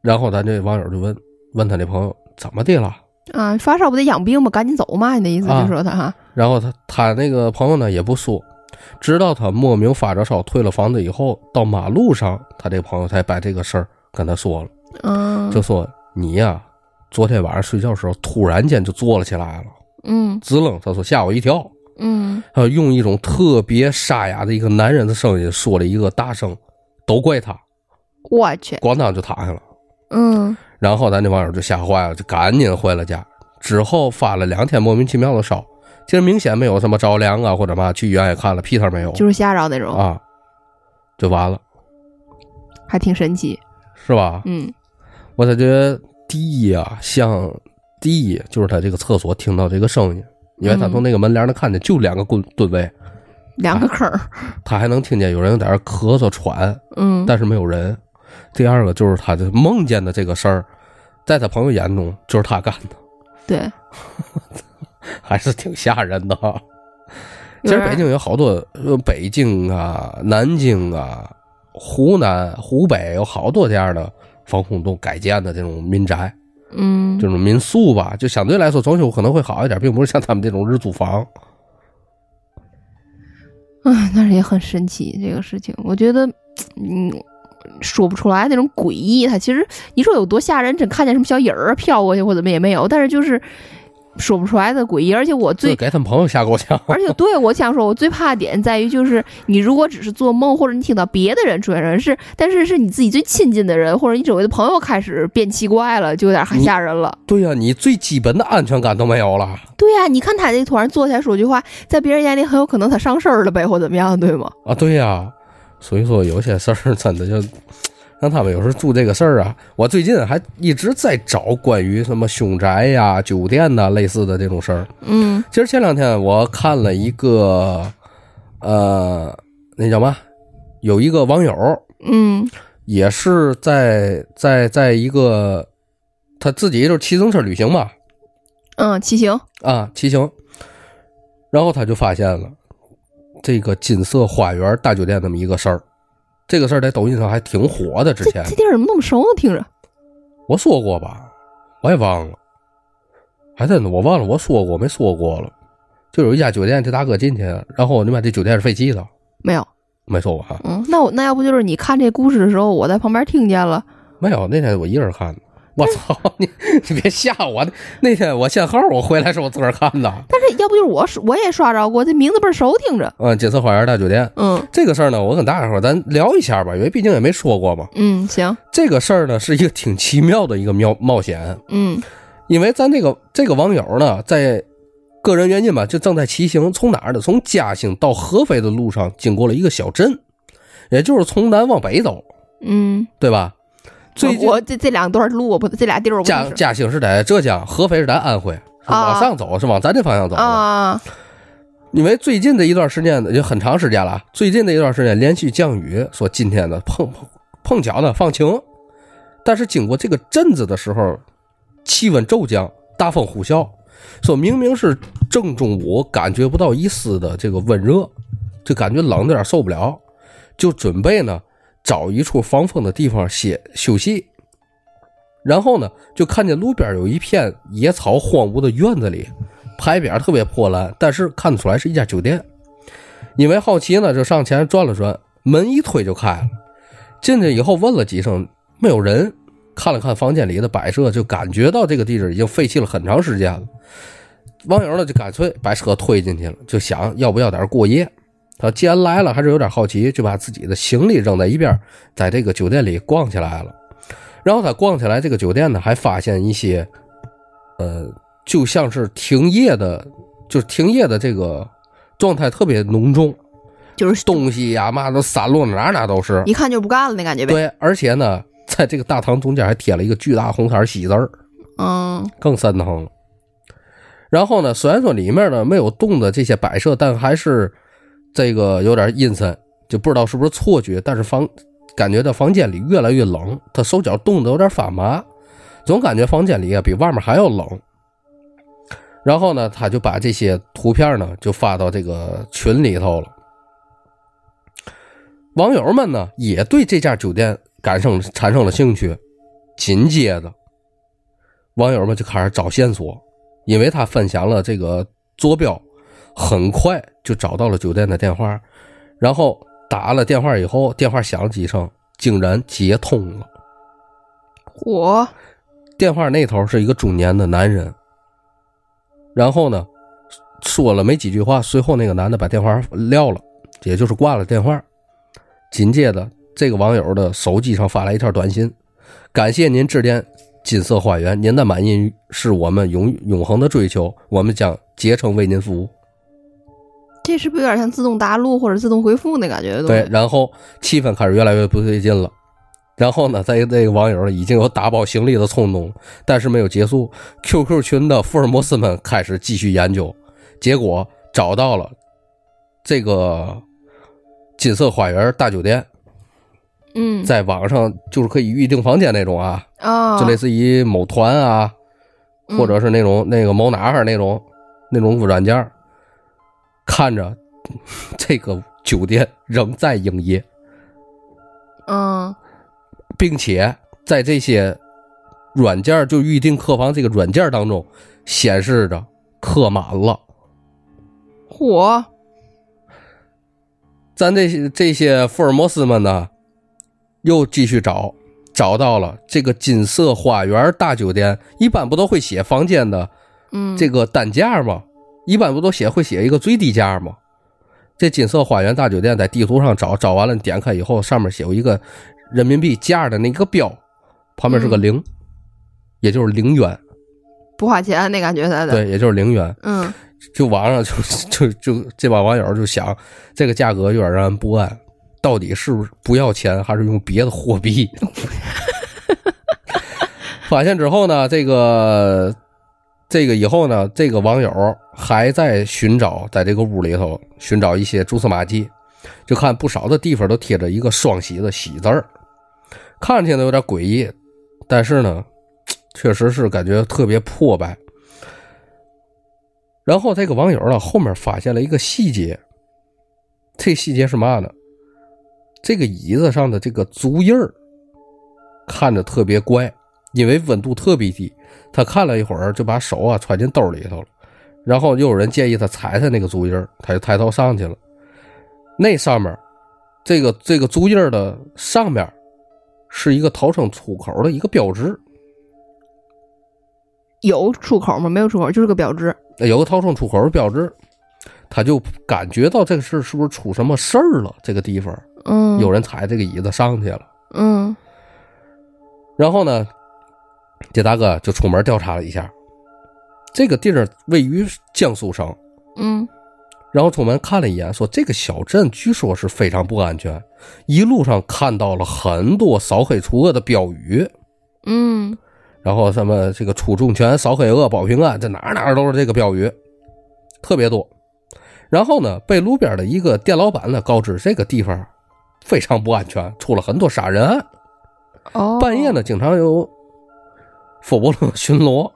[SPEAKER 1] 然后咱这网友就问问他那朋友怎么的了，
[SPEAKER 2] 啊，发烧不得养病吗？赶紧走嘛！你的意思
[SPEAKER 1] 啊
[SPEAKER 2] 就是说他哈，
[SPEAKER 1] 然后他他那个朋友呢也不说，直到他莫名发着烧退了房子以后，到马路上，他这个朋友才把这个事儿跟他说了。
[SPEAKER 2] 嗯，
[SPEAKER 1] 就说你呀、昨天晚上睡觉的时候突然间就坐了起来了，
[SPEAKER 2] 嗯
[SPEAKER 1] 直愣，他说吓我一跳。
[SPEAKER 2] 嗯，
[SPEAKER 1] 他用一种特别沙哑的一个男人的声音说了一个大声，都怪他，
[SPEAKER 2] 我去，
[SPEAKER 1] 咣当就躺下了。
[SPEAKER 2] 嗯
[SPEAKER 1] 然后咱这网友就吓坏了，就赶紧回了家。之后发了两天莫名其妙的烧，其实明显没有什么着凉啊或者嘛，去医院也看了，屁事儿没有，
[SPEAKER 2] 就是吓着那种，
[SPEAKER 1] 啊，就完了，
[SPEAKER 2] 还挺神奇。
[SPEAKER 1] 是吧？
[SPEAKER 2] 嗯，
[SPEAKER 1] 我感觉第一啊，像第一就是他这个厕所听到这个声音，因为他
[SPEAKER 2] 嗯
[SPEAKER 1] 从那个门帘儿能看见就两个棍吨位，
[SPEAKER 2] 两个
[SPEAKER 1] 啊
[SPEAKER 2] 坑儿，
[SPEAKER 1] 他还能听见有人在那儿咳嗽喘，
[SPEAKER 2] 嗯，
[SPEAKER 1] 但是没有人。第二个就是他的梦见的这个事儿，在他朋友眼中就是他干的，
[SPEAKER 2] 对，
[SPEAKER 1] 还是挺吓人的啊。其
[SPEAKER 2] 有
[SPEAKER 1] 实
[SPEAKER 2] 点儿
[SPEAKER 1] 北京有好多，呃，北京啊、南京啊、湖南、湖北有好多这样的防空洞改建的这种民宅，
[SPEAKER 2] 嗯
[SPEAKER 1] 这，种民宿吧，就相对来说装修可能会好一点，并不是像他们这种日租房。
[SPEAKER 2] 啊，但是也很神奇这个事情，我觉得，嗯，说不出来那种诡异。它其实你说有多吓人，真看见什么小影儿啊飘过去或怎么也没有，但是就是说不出来的诡异。而且我
[SPEAKER 1] 这
[SPEAKER 2] 最
[SPEAKER 1] 给他们朋友吓够呛。
[SPEAKER 2] 而且对我想说，我最怕的点在于，就是你如果只是做梦，或者你听到别的人出现人是，但是是你自己最亲近的人，或者你周围的朋友开始变奇怪了，就有点害吓人了。
[SPEAKER 1] 对呀、你最基本的安全感都没有了
[SPEAKER 2] 对呀、你看他这突然坐起来说句话，在别人眼里很有可能他上身儿了呗，或怎么样，对吗？
[SPEAKER 1] 啊！对呀、所以说有些事儿真的就让他们有时候做这个事儿啊。我最近还一直在找关于什么凶宅呀、酒店呐、类似的这种事儿。
[SPEAKER 2] 嗯
[SPEAKER 1] 其实前两天我看了一个，呃，那叫嘛，有一个网友
[SPEAKER 2] 嗯
[SPEAKER 1] 也是在在在一个他自己就是骑自行车旅行嘛，
[SPEAKER 2] 嗯，骑行，
[SPEAKER 1] 啊，骑行，然后他就发现了这个金色花园大酒店那么一个事儿，这个事儿在抖音上还挺火的。之
[SPEAKER 2] 这
[SPEAKER 1] 前
[SPEAKER 2] 这地儿怎么那么熟呢？听着，
[SPEAKER 1] 我说过吧，我也忘了，还真的我忘了我说过没说过了。就有一家酒店，这大哥进去，然后你妈这酒店是废弃的，
[SPEAKER 2] 没有。
[SPEAKER 1] 没说过啊？
[SPEAKER 2] 嗯，那我那要不就是你看这故事的时候，我在旁边听见了。
[SPEAKER 1] 没有，那天我一人看的。我操你！你别吓我！那天我限号，我回来是我自个儿看的。
[SPEAKER 2] 但是要不就是我我也刷着过，这名字倍儿熟，听着。
[SPEAKER 1] 嗯，金色花园大酒店
[SPEAKER 2] 嗯
[SPEAKER 1] 这个事儿呢，我跟大家伙儿咱聊一下吧，因为毕竟也没说过嘛。
[SPEAKER 2] 嗯，行，
[SPEAKER 1] 这个事儿呢是一个挺奇妙的一个妙冒险，
[SPEAKER 2] 嗯
[SPEAKER 1] 因为咱这个这个网友呢，在个人原因吧，就正在骑行，从哪儿呢？从嘉兴到合肥的路上，经过了一个小镇，也就是从南往北走，
[SPEAKER 2] 嗯。
[SPEAKER 1] 对吧？最近
[SPEAKER 2] 我我这这两段路我不这俩地儿我不
[SPEAKER 1] 嘉
[SPEAKER 2] 认识
[SPEAKER 1] 嘉兴是在浙江，合肥是在安徽，是
[SPEAKER 2] 啊
[SPEAKER 1] 往上走是往咱这方向走的。
[SPEAKER 2] 啊，
[SPEAKER 1] 因为最近的一段时间呢，也很长时间了啊，最近的一段时间连续降雨，说今天呢碰碰碰巧呢放晴，但是经过这个镇子的时候，气温骤降，大风呼啸，说明明是正中午，感觉不到一丝的这个温热，就感觉冷的有点受不了，就准备呢找一处防风的地方歇休息。然后呢，就看见路边有一片野草荒芜的院子里，牌匾特别破烂，但是看得出来是一家酒店。因为好奇呢，就上前转了转，门一推就开了。进去以后问了几声，没有人。看了看房间里的摆设，就感觉到这个地址已经废弃了很长时间了。网友呢就干脆把车推进去了，就想要不要在这儿过夜。他既然来了，还是有点好奇，就把自己的行李扔在一边，在这个酒店里逛起来了。然后他逛起来，这个酒店呢还发现一些，呃，就像是停业的，就是停业的这个状态特别浓重，
[SPEAKER 2] 就是
[SPEAKER 1] 东西呀嘛都散落哪儿哪儿都是。
[SPEAKER 2] 一看就是不干了那感觉呗。
[SPEAKER 1] 对，而且呢，在这个大堂中间还贴了一个巨大红色喜字儿，
[SPEAKER 2] 嗯，
[SPEAKER 1] 更三堂了。然后呢，虽然说里面呢没有动的这些摆设，但还是这个有点阴森，就不知道是不是错觉，但是房感觉到房间里越来越冷，他手脚冻得有点发麻，总感觉房间里啊比外面还要冷。然后呢，他就把这些图片呢就发到这个群里头了。网友们呢也对这家酒店感生产生了兴趣，紧接着，网友们就开始找线索，因为他分享了这个坐标，很快就找到了酒店的电话，然后打了电话以后，电话响了几声，竟然接通了。
[SPEAKER 2] 火
[SPEAKER 1] 电话那头是一个中年的男人，然后呢，说了没几句话，随后那个男的把电话撂了，也就是挂了电话。紧接着，这个网友的手机上发来一条短信：“感谢您致电金色花园，您的满意是我们永永恒的追求，我们将竭诚为您服务。”
[SPEAKER 2] 这是不是有点像自动答录或者自动回复那感觉的东
[SPEAKER 1] 对，
[SPEAKER 2] 西？
[SPEAKER 1] 然后气氛开始越来越不对劲了。然后呢，在这个网友已经有打包行李的冲动，但是没有结束。QQ 群的福尔摩斯们开始继续研究，结果找到了这个金色花园大酒店，
[SPEAKER 2] 嗯
[SPEAKER 1] 在网上就是可以预订房间那种啊，
[SPEAKER 2] 啊，
[SPEAKER 1] 就类似于某团啊，
[SPEAKER 2] 嗯
[SPEAKER 1] 或者是那种那个某哪儿那种那种软件儿，看着这个酒店仍在营业。
[SPEAKER 2] 嗯
[SPEAKER 1] 并且在这些软件儿就预定客房这个软件儿当中显示着客满了。
[SPEAKER 2] 火
[SPEAKER 1] 咱这些这些福尔摩斯们呢，又继续找，找到了这个金色花园大酒店，一般不都会写房间的
[SPEAKER 2] 嗯
[SPEAKER 1] 这个单价吗？一般不都写会写一个最低价吗？这金色花园大酒店在地图上找，找完了你点开以后，上面写有一个人民币价的那个标，旁边是个零，也就是零元，
[SPEAKER 2] 不花钱那感觉他的，
[SPEAKER 1] 对，也就是零元。
[SPEAKER 2] 嗯
[SPEAKER 1] 就网上就就就这帮网友就想，这个价格有点让人不安，到底是不是不要钱，还是用别的货币？ 发现之后呢，这个这个以后呢，这个网友还在寻找，在这个屋里头寻找一些蛛丝马迹，就看不少的地方都贴着一个双喜的喜字儿，看起来有点诡异，但是呢，确实是感觉特别破败。然后这个网友呢，后面发现了一个细节，这细节是嘛呢？这个椅子上的这个足印儿看着特别怪，因为温度特别低。他看了一会儿，就把手啊揣进兜里头了。然后又有人建议他踩踩那个足印儿，他就抬头上去了。那上面，这个这个足印儿的上面是一个逃生出口的一个标志，
[SPEAKER 2] 有出口吗？没有出口，就是个表志。
[SPEAKER 1] 有个逃生出口的标志，他就感觉到这个事是不是出什么事儿了？这个地方
[SPEAKER 2] 嗯，
[SPEAKER 1] 有人踩这个椅子上去了。
[SPEAKER 2] 嗯
[SPEAKER 1] 然后呢，这大哥就出门调查了一下，这个地儿位于江苏省，
[SPEAKER 2] 嗯
[SPEAKER 1] 然后出门看了一眼，说这个小镇据说是非常不安全，一路上看到了很多扫黑除恶的标语，
[SPEAKER 2] 嗯
[SPEAKER 1] 然后什么这个出重拳、扫黑恶、保平啊安，这哪儿哪儿都是这个标语，特别多。然后呢，被路边的一个店老板呢告知这个地方非常不安全，出了很多杀人案，
[SPEAKER 2] 哦，
[SPEAKER 1] 半夜呢经常有佛伯勒巡逻。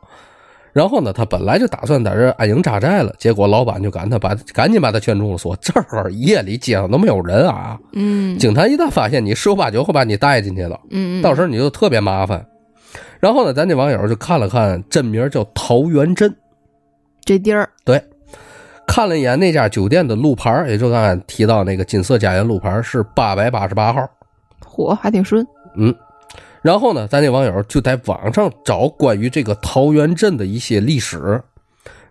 [SPEAKER 1] 然后呢，他本来就打算在这儿安营扎寨了，结果老板就赶他把赶紧把他劝住了，说这会儿夜里街上都没有人啊，
[SPEAKER 2] 嗯
[SPEAKER 1] 警察一旦发现你，十有八九会把你带进去的。
[SPEAKER 2] 嗯嗯，
[SPEAKER 1] 到时候你就特别麻烦。然后呢，咱这网友就看了看镇名叫桃源镇，
[SPEAKER 2] 这地儿
[SPEAKER 1] 看了一眼那家酒店的路牌儿，也就刚才提到那个金色家园路牌儿是八百八十八号。
[SPEAKER 2] 火还挺顺。
[SPEAKER 1] 嗯，然后呢，咱这网友就在网上找关于这个桃源镇的一些历史，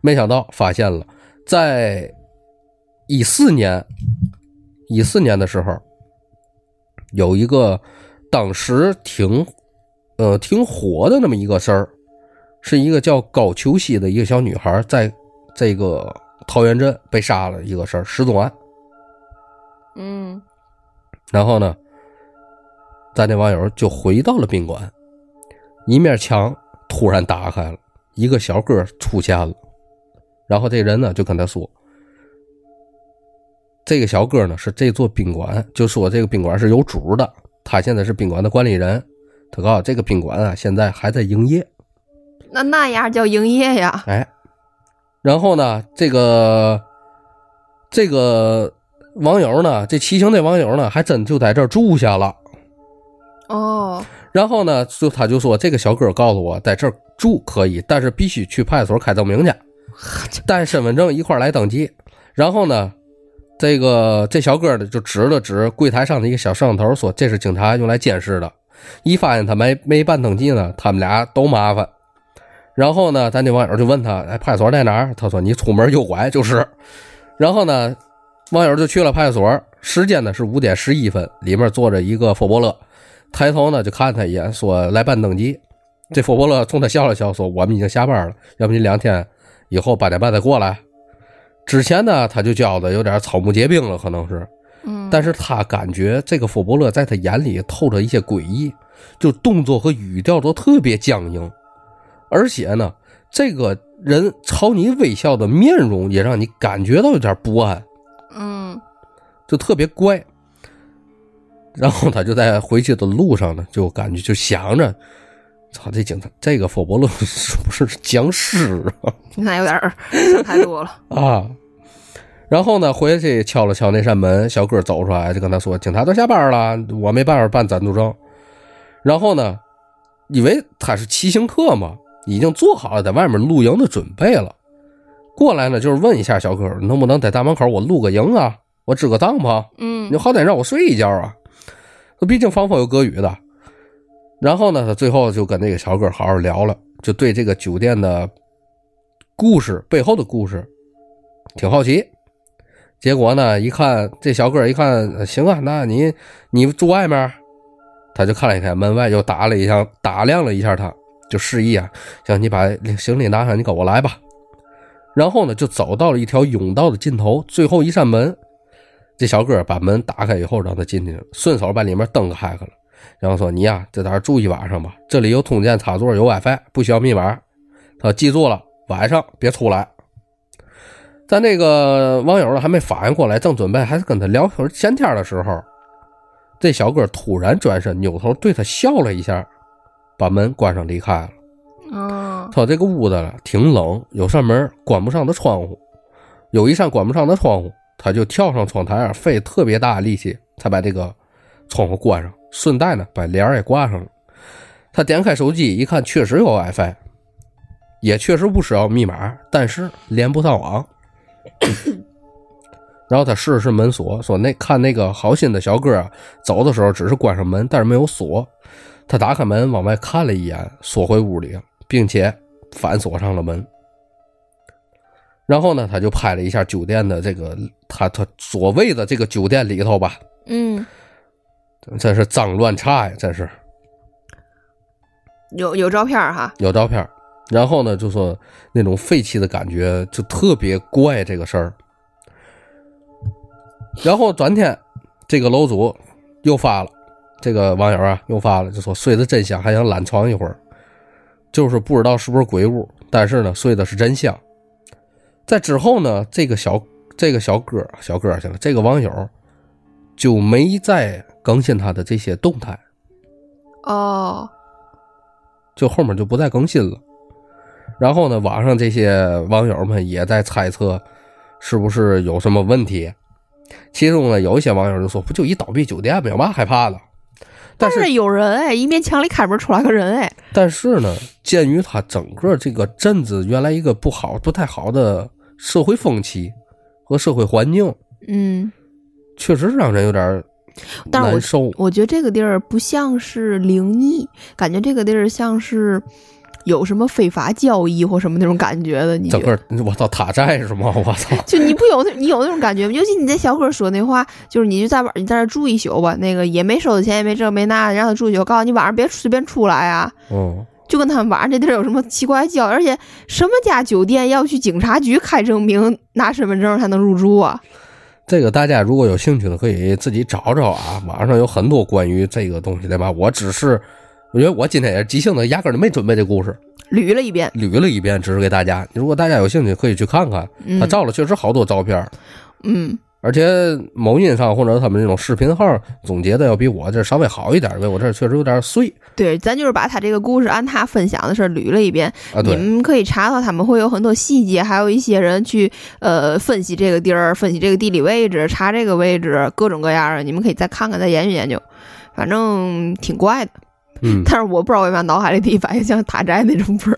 [SPEAKER 1] 没想到发现了，在一四年，一四年的时候，有呃一个当时挺呃挺火的那么一个事儿，是一个叫高秋熙的一个小女孩，在这个桃源镇被杀了一个事儿，失踪案。
[SPEAKER 3] 嗯
[SPEAKER 1] 然后呢，咱这网友就回到了宾馆，一面墙突然打开了，一个小哥出现了，然后这人呢就跟他说，这个小哥呢是这座宾馆，就说这个宾馆是有主的，他现在是宾馆的管理人，他告诉我这个宾馆啊现在还在营业，
[SPEAKER 2] 那那样叫营业呀？
[SPEAKER 1] 哎，然后呢，这个这个网友呢，这骑行这网友呢，还真就在这儿住下了。
[SPEAKER 2] 哦，
[SPEAKER 1] 然后呢，就他就说这个小哥告诉我，在这儿住可以，但是必须去派出所开证明去，带身份证一块儿来登记。然后呢，这个这小哥呢就指了指柜台上的一个小摄像头，说这是警察用来监视的。一发现他没没办登记呢，他们俩都麻烦。然后呢，咱这网友就问他，哎，派出所在哪儿？他说你出门右拐就是。然后呢，网友就去了派出所，时间呢是五点十一分，里面坐着一个佛伯勒，抬头呢就看他一眼，说来办登记。这佛伯勒冲他笑了笑，说我们已经下班了，要不你两天以后八点半再过来。之前呢，他就觉得有点草木皆兵了，可能是，
[SPEAKER 2] 嗯，
[SPEAKER 1] 但是他感觉这个佛伯勒在他眼里透着一些诡异，就动作和语调都特别僵硬，而且呢，这个人朝你微笑的面容也让你感觉到有点不安，
[SPEAKER 2] 嗯
[SPEAKER 1] 就特别怪。然后他就在回去的路上呢，就感觉就想着，操，这警察这个佛伯勒是不是僵尸啊？
[SPEAKER 2] 那有点儿想太多了。
[SPEAKER 1] 啊。 然后呢，回去敲了敲那扇门，小哥走出来就跟他说：“警察都下班了，我没办法办暂住证。”然后呢，以为他是骑行客嘛，已经做好了在外面露营的准备了。过来呢，就是问一下小哥能不能在大门口我露个营啊，我支个帐篷，
[SPEAKER 2] 嗯
[SPEAKER 1] 你好歹让我睡一觉啊。毕竟防风有隔雨的。然后呢，他最后就跟那个小哥好好聊了，就对这个酒店的故事背后的故事挺好奇。结果呢，一看这小哥一看，呃行啊，那你你住外面儿，他就看了一看门外，又打了一下，打量了一下他，就示意啊，行，你把行李拿上，你跟我来吧。然后呢，就走到了一条甬道的尽头，最后一扇门。这小哥把门打开以后，让他进去了，顺手把里面灯开开了，然后说：“你呀、在这儿住一晚上吧，这里有通电插座，有 WiFi，不需要密码。”他说：“记住了，晚上别出来。”但那个网友呢还没反应过来，正准备还是跟他聊会儿闲天的时候，这小哥突然转身扭头对他笑了一下，把门关上离开了。
[SPEAKER 2] 嗯
[SPEAKER 1] 他这个屋子了挺冷，有扇门关不上的窗户，有一扇关不上的窗户，他就跳上窗台啊，费特别大的力气才把这个窗户关上，顺带呢把帘儿也挂上了。他点开手机一看，确实有 WiFi，也确实不需要密码，但是连不上网。 然后他试了试门锁，说那看那个好心的小哥啊，走的时候只是关上门，但是没有锁。他打开门往外看了一眼，锁回屋里，并且反锁上了门。然后呢，他就拍了一下酒店的这个他他所谓的这个酒店里头吧，
[SPEAKER 3] 嗯，
[SPEAKER 1] 真是脏乱差呀，真是
[SPEAKER 2] 有有照片儿哈。
[SPEAKER 1] 有照片儿。然后呢，就说那种废弃的感觉就特别怪这个事儿。然后转天，这个楼主又发了，这个网友啊又发了，就说睡得真香，还想懒床一会儿，就是不知道是不是鬼屋，但是呢睡得是真香。在之后呢，这个小这个小哥小哥去了，这个网友就没再更新他的这些动态。
[SPEAKER 2] 哦，
[SPEAKER 1] 就后面就不再更新了。然后呢，网上这些网友们也在猜测，是不是有什么问题？其中呢，有一些网友就说：“不就一倒闭酒店吗？有嘛害怕的？”但是，
[SPEAKER 2] 有人哎，一面墙里开门出来个人哎。
[SPEAKER 1] 但是呢，鉴于它整个这个镇子原来一个不好、不太好的社会风气和社会环境，
[SPEAKER 3] 嗯，
[SPEAKER 1] 确实让人有点儿
[SPEAKER 2] 但是我
[SPEAKER 1] 难受。
[SPEAKER 2] 我觉得这个地儿不像是灵异，感觉这个地儿像是有什么非法交易或什么那种感觉的。你觉
[SPEAKER 1] 整
[SPEAKER 2] 得
[SPEAKER 1] 个我操塔寨是吗？我 操！
[SPEAKER 2] 就你不有那你有那种感觉吗？尤其你在小哥说那话，就是你就在晚你在这儿住一宿吧，那个也没收他钱，也没这没那，让他住一宿，告诉你晚上别随便出来啊。
[SPEAKER 1] 嗯，
[SPEAKER 2] 就跟他们玩儿这地儿有什么奇怪叫，而且什么家酒店要去警察局开证明拿身份证才能入住啊？
[SPEAKER 1] 这个大家如果有兴趣的，可以自己找找啊。网上有很多关于这个东西的吧。我只是，我觉得我今天也是即兴的，压根儿就没准备这故事，
[SPEAKER 2] 捋了一遍，
[SPEAKER 1] 捋了一遍，只是给大家。如果大家有兴趣，可以去看看。他
[SPEAKER 2] 嗯
[SPEAKER 1] 照了确实好多照片，
[SPEAKER 2] 嗯，
[SPEAKER 1] 而且某音上或者他们这种视频号总结的要比我这稍微好一点，因为我这确实有点碎
[SPEAKER 2] 对，咱就是把他这个故事按他分享的事儿捋了一遍，
[SPEAKER 1] 啊。
[SPEAKER 2] 你
[SPEAKER 1] 对，
[SPEAKER 2] 们可以查到他们会有很多细节，还有一些人去呃分析这个地儿，分析这个地理位置，查这个位置，各种各样的，你们可以再看看，再研究研究。反正挺怪的，
[SPEAKER 1] 嗯，
[SPEAKER 2] 但是我不知道为嘛脑海里第一反应像 塔寨那种坡，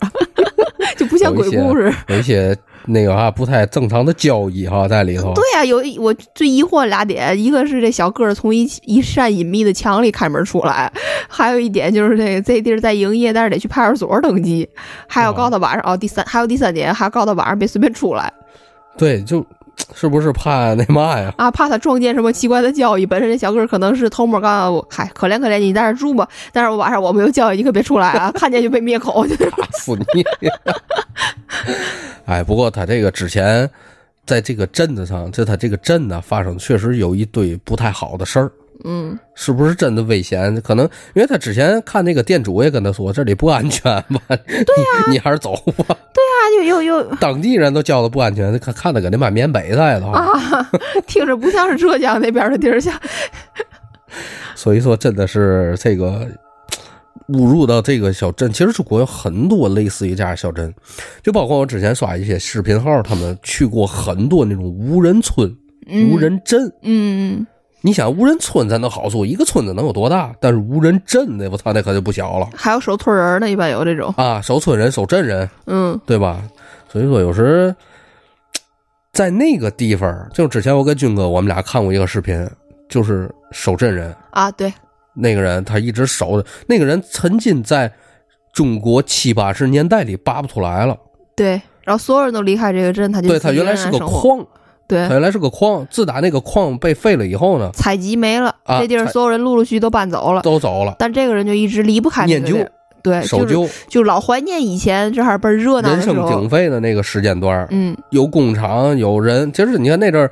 [SPEAKER 2] 就不像
[SPEAKER 1] 有
[SPEAKER 2] 鬼
[SPEAKER 1] 一些
[SPEAKER 2] 故事。
[SPEAKER 1] 有一些那个啊不太正常的交易哈在里头。
[SPEAKER 2] 对呀、有一我最疑惑俩点，一个是这小个儿从一一扇隐秘的墙里开门出来，还有一点就是这这地儿在营业，但是得去派出所登记，还要
[SPEAKER 1] 哦
[SPEAKER 2] 告他晚上哦，第三还有第三点，还要告他晚上别随便出来
[SPEAKER 1] 对，就是不是怕那嘛呀？
[SPEAKER 2] 啊，怕他撞见什么奇怪的交易。本身这小个儿可能是偷摸告诉我，嗨，可怜可怜你在这儿住吧，但是我晚上我没有交易，你可别出来啊，看见就被灭口。 就是
[SPEAKER 1] 打死你！哎，不过他这个之前在这个镇子上，就他这个镇呢，发生确实有一堆不太好的事儿，
[SPEAKER 2] 嗯，
[SPEAKER 1] 是不是真的危险？可能因为他之前看那个店主也跟他说这里不安全吧， 对呀、你还是走吧。
[SPEAKER 2] 他就又又
[SPEAKER 1] 当地人都叫的不安全，看看他跟那满缅北在的哈，
[SPEAKER 2] 啊， 听着不像是浙江那边的地儿，像
[SPEAKER 1] 所以说真的是这个。误入到这个小镇，其实中国有很多类似于这样的小镇，就包括我之前刷一些视频号，他们去过很多那种无人村，无人镇。
[SPEAKER 2] 嗯
[SPEAKER 1] 你想无人村咱都好说，一个村子能有多大？但是无人镇那我操那可就不小了
[SPEAKER 2] 还有守村人呢，一般有这种，
[SPEAKER 1] 啊！守村人、守镇人，
[SPEAKER 2] 嗯
[SPEAKER 1] 对吧？所以说有时在那个地方，就之前我跟军哥我们俩看过一个视频，就是守镇人
[SPEAKER 2] 啊，对，
[SPEAKER 1] 那个人，他一直守着那个人，曾经在中国七八十年代里拔不出来了。
[SPEAKER 2] 对，然后所有人都离开这个镇，他就
[SPEAKER 1] 对
[SPEAKER 2] 自
[SPEAKER 1] 他
[SPEAKER 2] 己
[SPEAKER 1] 原
[SPEAKER 2] 一
[SPEAKER 1] 来
[SPEAKER 2] 人
[SPEAKER 1] 是个
[SPEAKER 2] 生活，
[SPEAKER 1] 矿，
[SPEAKER 2] 对
[SPEAKER 1] 他，原来是个矿，自打那个矿被废了以后呢，
[SPEAKER 2] 采集没了，
[SPEAKER 1] 啊
[SPEAKER 2] 这地儿
[SPEAKER 1] 采
[SPEAKER 2] 所有人陆陆续续都搬走了，
[SPEAKER 1] 都走了，
[SPEAKER 2] 但这个人就一直离不开那
[SPEAKER 1] 念
[SPEAKER 2] 个
[SPEAKER 1] 旧
[SPEAKER 2] 地儿，对，
[SPEAKER 1] 守
[SPEAKER 2] 就是
[SPEAKER 1] 旧，
[SPEAKER 2] 就老怀念以前这还儿倍儿热闹
[SPEAKER 1] 人
[SPEAKER 2] 的时
[SPEAKER 1] 声
[SPEAKER 2] 候
[SPEAKER 1] 鼎，沸的那个时间段儿，
[SPEAKER 2] 嗯
[SPEAKER 1] 有工厂，有人。其实你看那阵儿，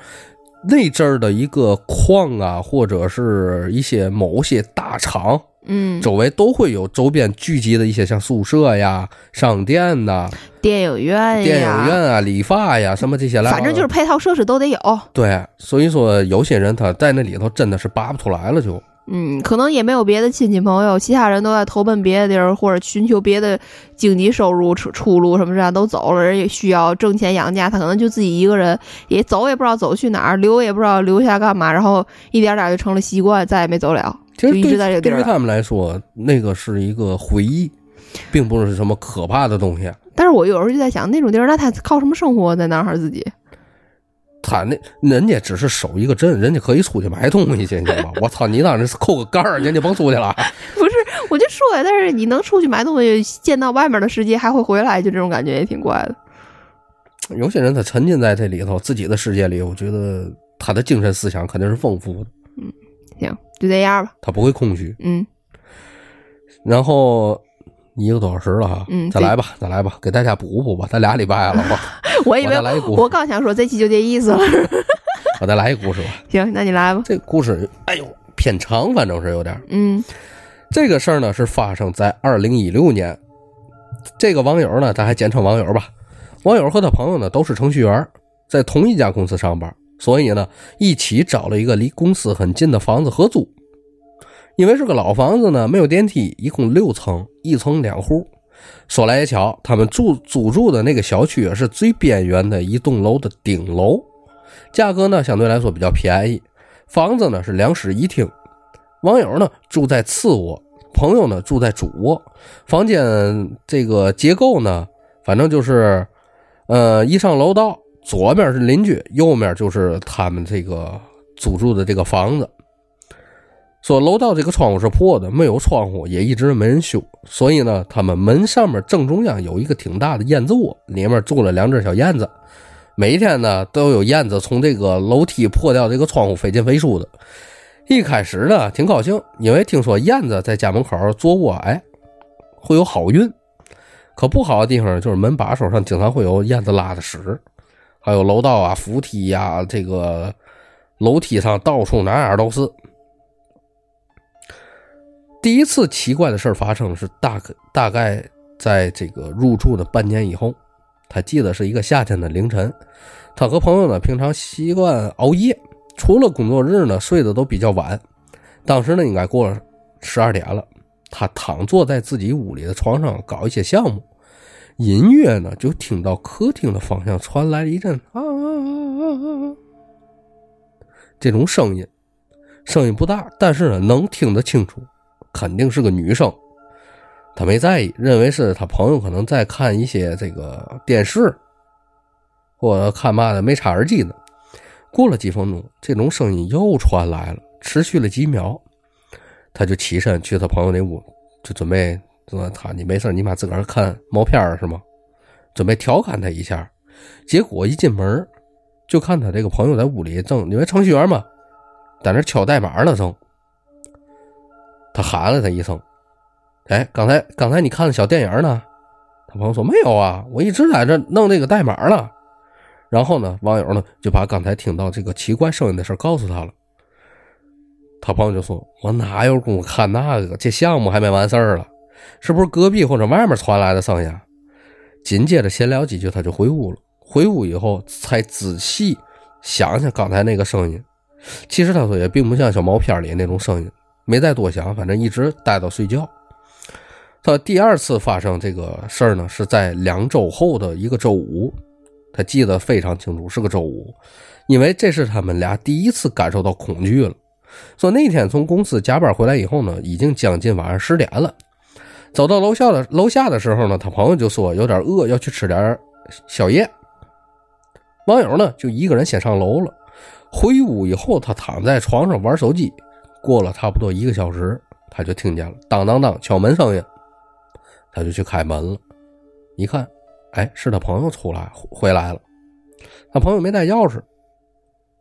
[SPEAKER 1] 那阵儿的一个矿啊，或者是一些某些大厂
[SPEAKER 2] 嗯，
[SPEAKER 1] 周围都会有周边聚集的一些像宿舍呀、商店呐、
[SPEAKER 2] 电影院
[SPEAKER 1] 电影
[SPEAKER 2] 哎呀，
[SPEAKER 1] 院啊、理发呀什么这些来往
[SPEAKER 2] 反
[SPEAKER 1] 的。
[SPEAKER 2] 正就是配套设施都得有，
[SPEAKER 1] 对，所以说有些人他在那里头真的是拔不出来了就，
[SPEAKER 2] 嗯，可能也没有别的亲戚朋友，其他人都在投奔别的地儿，或者寻求别的经济收入、出出路什么这样都走了，人也需要挣钱养家，他可能就自己一个人，也走也不知道走去哪儿，留也不知道留下干嘛，然后一点点就成了习惯，再也没走了。
[SPEAKER 1] 其实
[SPEAKER 2] 就一直在这
[SPEAKER 1] 对
[SPEAKER 2] 个地
[SPEAKER 1] 对
[SPEAKER 2] 儿啊
[SPEAKER 1] 于
[SPEAKER 2] 了
[SPEAKER 1] 他们来说，那个是一个回忆，并不是什么可怕的东西。
[SPEAKER 2] 但是我有时候就在想，那种地儿，那他靠什么生活在那儿自己？
[SPEAKER 1] 他那人家只是守一个镇，人家可以出去买东西去，你知道吗？ 我操，你当人是扣个盖儿，人家甭出去了。
[SPEAKER 2] 不是，我就说呀，但是你能出去买东西，见到外面的世界，还会回来，就这种感觉也挺怪的。
[SPEAKER 1] 有些人他沉浸在这里头，自己的世界里，我觉得他的精神思想肯定是丰富的，
[SPEAKER 2] 行，就这样吧。
[SPEAKER 1] 他不会空虚。
[SPEAKER 2] 嗯，
[SPEAKER 1] 然后一个多小时了哈，
[SPEAKER 2] 嗯
[SPEAKER 1] 再来吧，再来吧，给大家补补吧。咱俩礼拜 了，我
[SPEAKER 2] 我以
[SPEAKER 1] 我
[SPEAKER 2] 为
[SPEAKER 1] 再来一故
[SPEAKER 2] 哎我
[SPEAKER 1] 事，
[SPEAKER 2] 刚想说这期就这意思了。
[SPEAKER 1] 我再来一故事吧。
[SPEAKER 2] 行，那你来吧。
[SPEAKER 1] 这故事，哎呦，偏长，反正是有点儿。
[SPEAKER 2] 嗯
[SPEAKER 1] 这个事儿呢是发生在二零一六年，这个网友呢，咱还简称网友吧。网友和他朋友呢都是程序员，在同一家公司上班，所以呢一起找了一个离公司很近的房子合租。因为是个老房子呢，没有电梯，一共六层，一层两户。说来也巧，他们住租住的那个小区啊也是最边缘的一栋楼的顶楼，价格呢相对来说比较便宜。房子呢是两室一厅，网友呢住在次卧，朋友呢住在主卧，房间这个结构呢，反正就是，呃，一上楼道，左面是邻居，右面就是他们这个租住的这个房子。说楼道这个窗户是破的，没有窗户，也一直没人修，所以呢，他们门上面正中央有一个挺大的燕子窝，里面住了两只小燕子。每一天呢，都有燕子从这个楼梯破掉这个窗户飞进飞出的。一开始呢，挺高兴，因为听说燕子在家门口做窝，哎，会有好运。可不好的地方就是门把手上经常会有燕子拉的屎，还有楼道啊、扶梯呀、这个楼梯上到处哪哪都是。第一次奇怪的事儿发生是大概大概在这个入住的半年以后，他记得是一个夏天的凌晨，他和朋友呢平常习惯熬夜，除了工作日呢睡得都比较晚，当时呢应该过了十二点了。他躺坐在自己屋里的床上搞一些项目，隐约呢就听到客厅的方向传来了一阵啊啊啊啊啊这种声音，声音不大，但是呢能听得清楚，肯定是个女生。他没在意，认为是他朋友可能在看一些这个电视，或者看嘛的没插耳机呢。过了几分钟，这种声音又传来了，持续了几秒，他就起身去他朋友那屋，就准备说他你没事儿你妈自个儿看毛片儿是吗？准备调侃他一下，结果一进门儿就看他这个朋友在屋里正因为程序员嘛，在那儿敲代码呢正。他喊了他一声：“哎，刚才刚才你看的小电影呢？”他朋友说：“没有啊，我一直在这弄这个代码呢。”然后呢，网友呢就把刚才听到这个奇怪声音的事儿告诉他了。他朋友就说：“我哪有功夫看那个？这项目还没完事儿了，是不是隔壁或者外面传来的声音啊？”紧接着闲聊几句，他就回屋了。回屋以后，才仔细想想刚才那个声音。其实他说也并不像小毛片里那种声音，没再多想，反正一直待到睡觉。他第二次发生这个事儿呢，是在两周后的一个周五，他记得非常清楚，是个周五，因为这是他们俩第一次感受到恐惧了。说那天从公司加班回来以后呢，已经将近晚上十点了。走到楼下的楼下的时候呢，他朋友就说有点饿，要去吃点宵夜。网友呢就一个人先上楼了。回屋以后，他躺在床上玩手机，过了差不多一个小时，他就听见了当当当敲门声音，他就去开门了。一看，哎，是他朋友出来回来了，他朋友没带钥匙，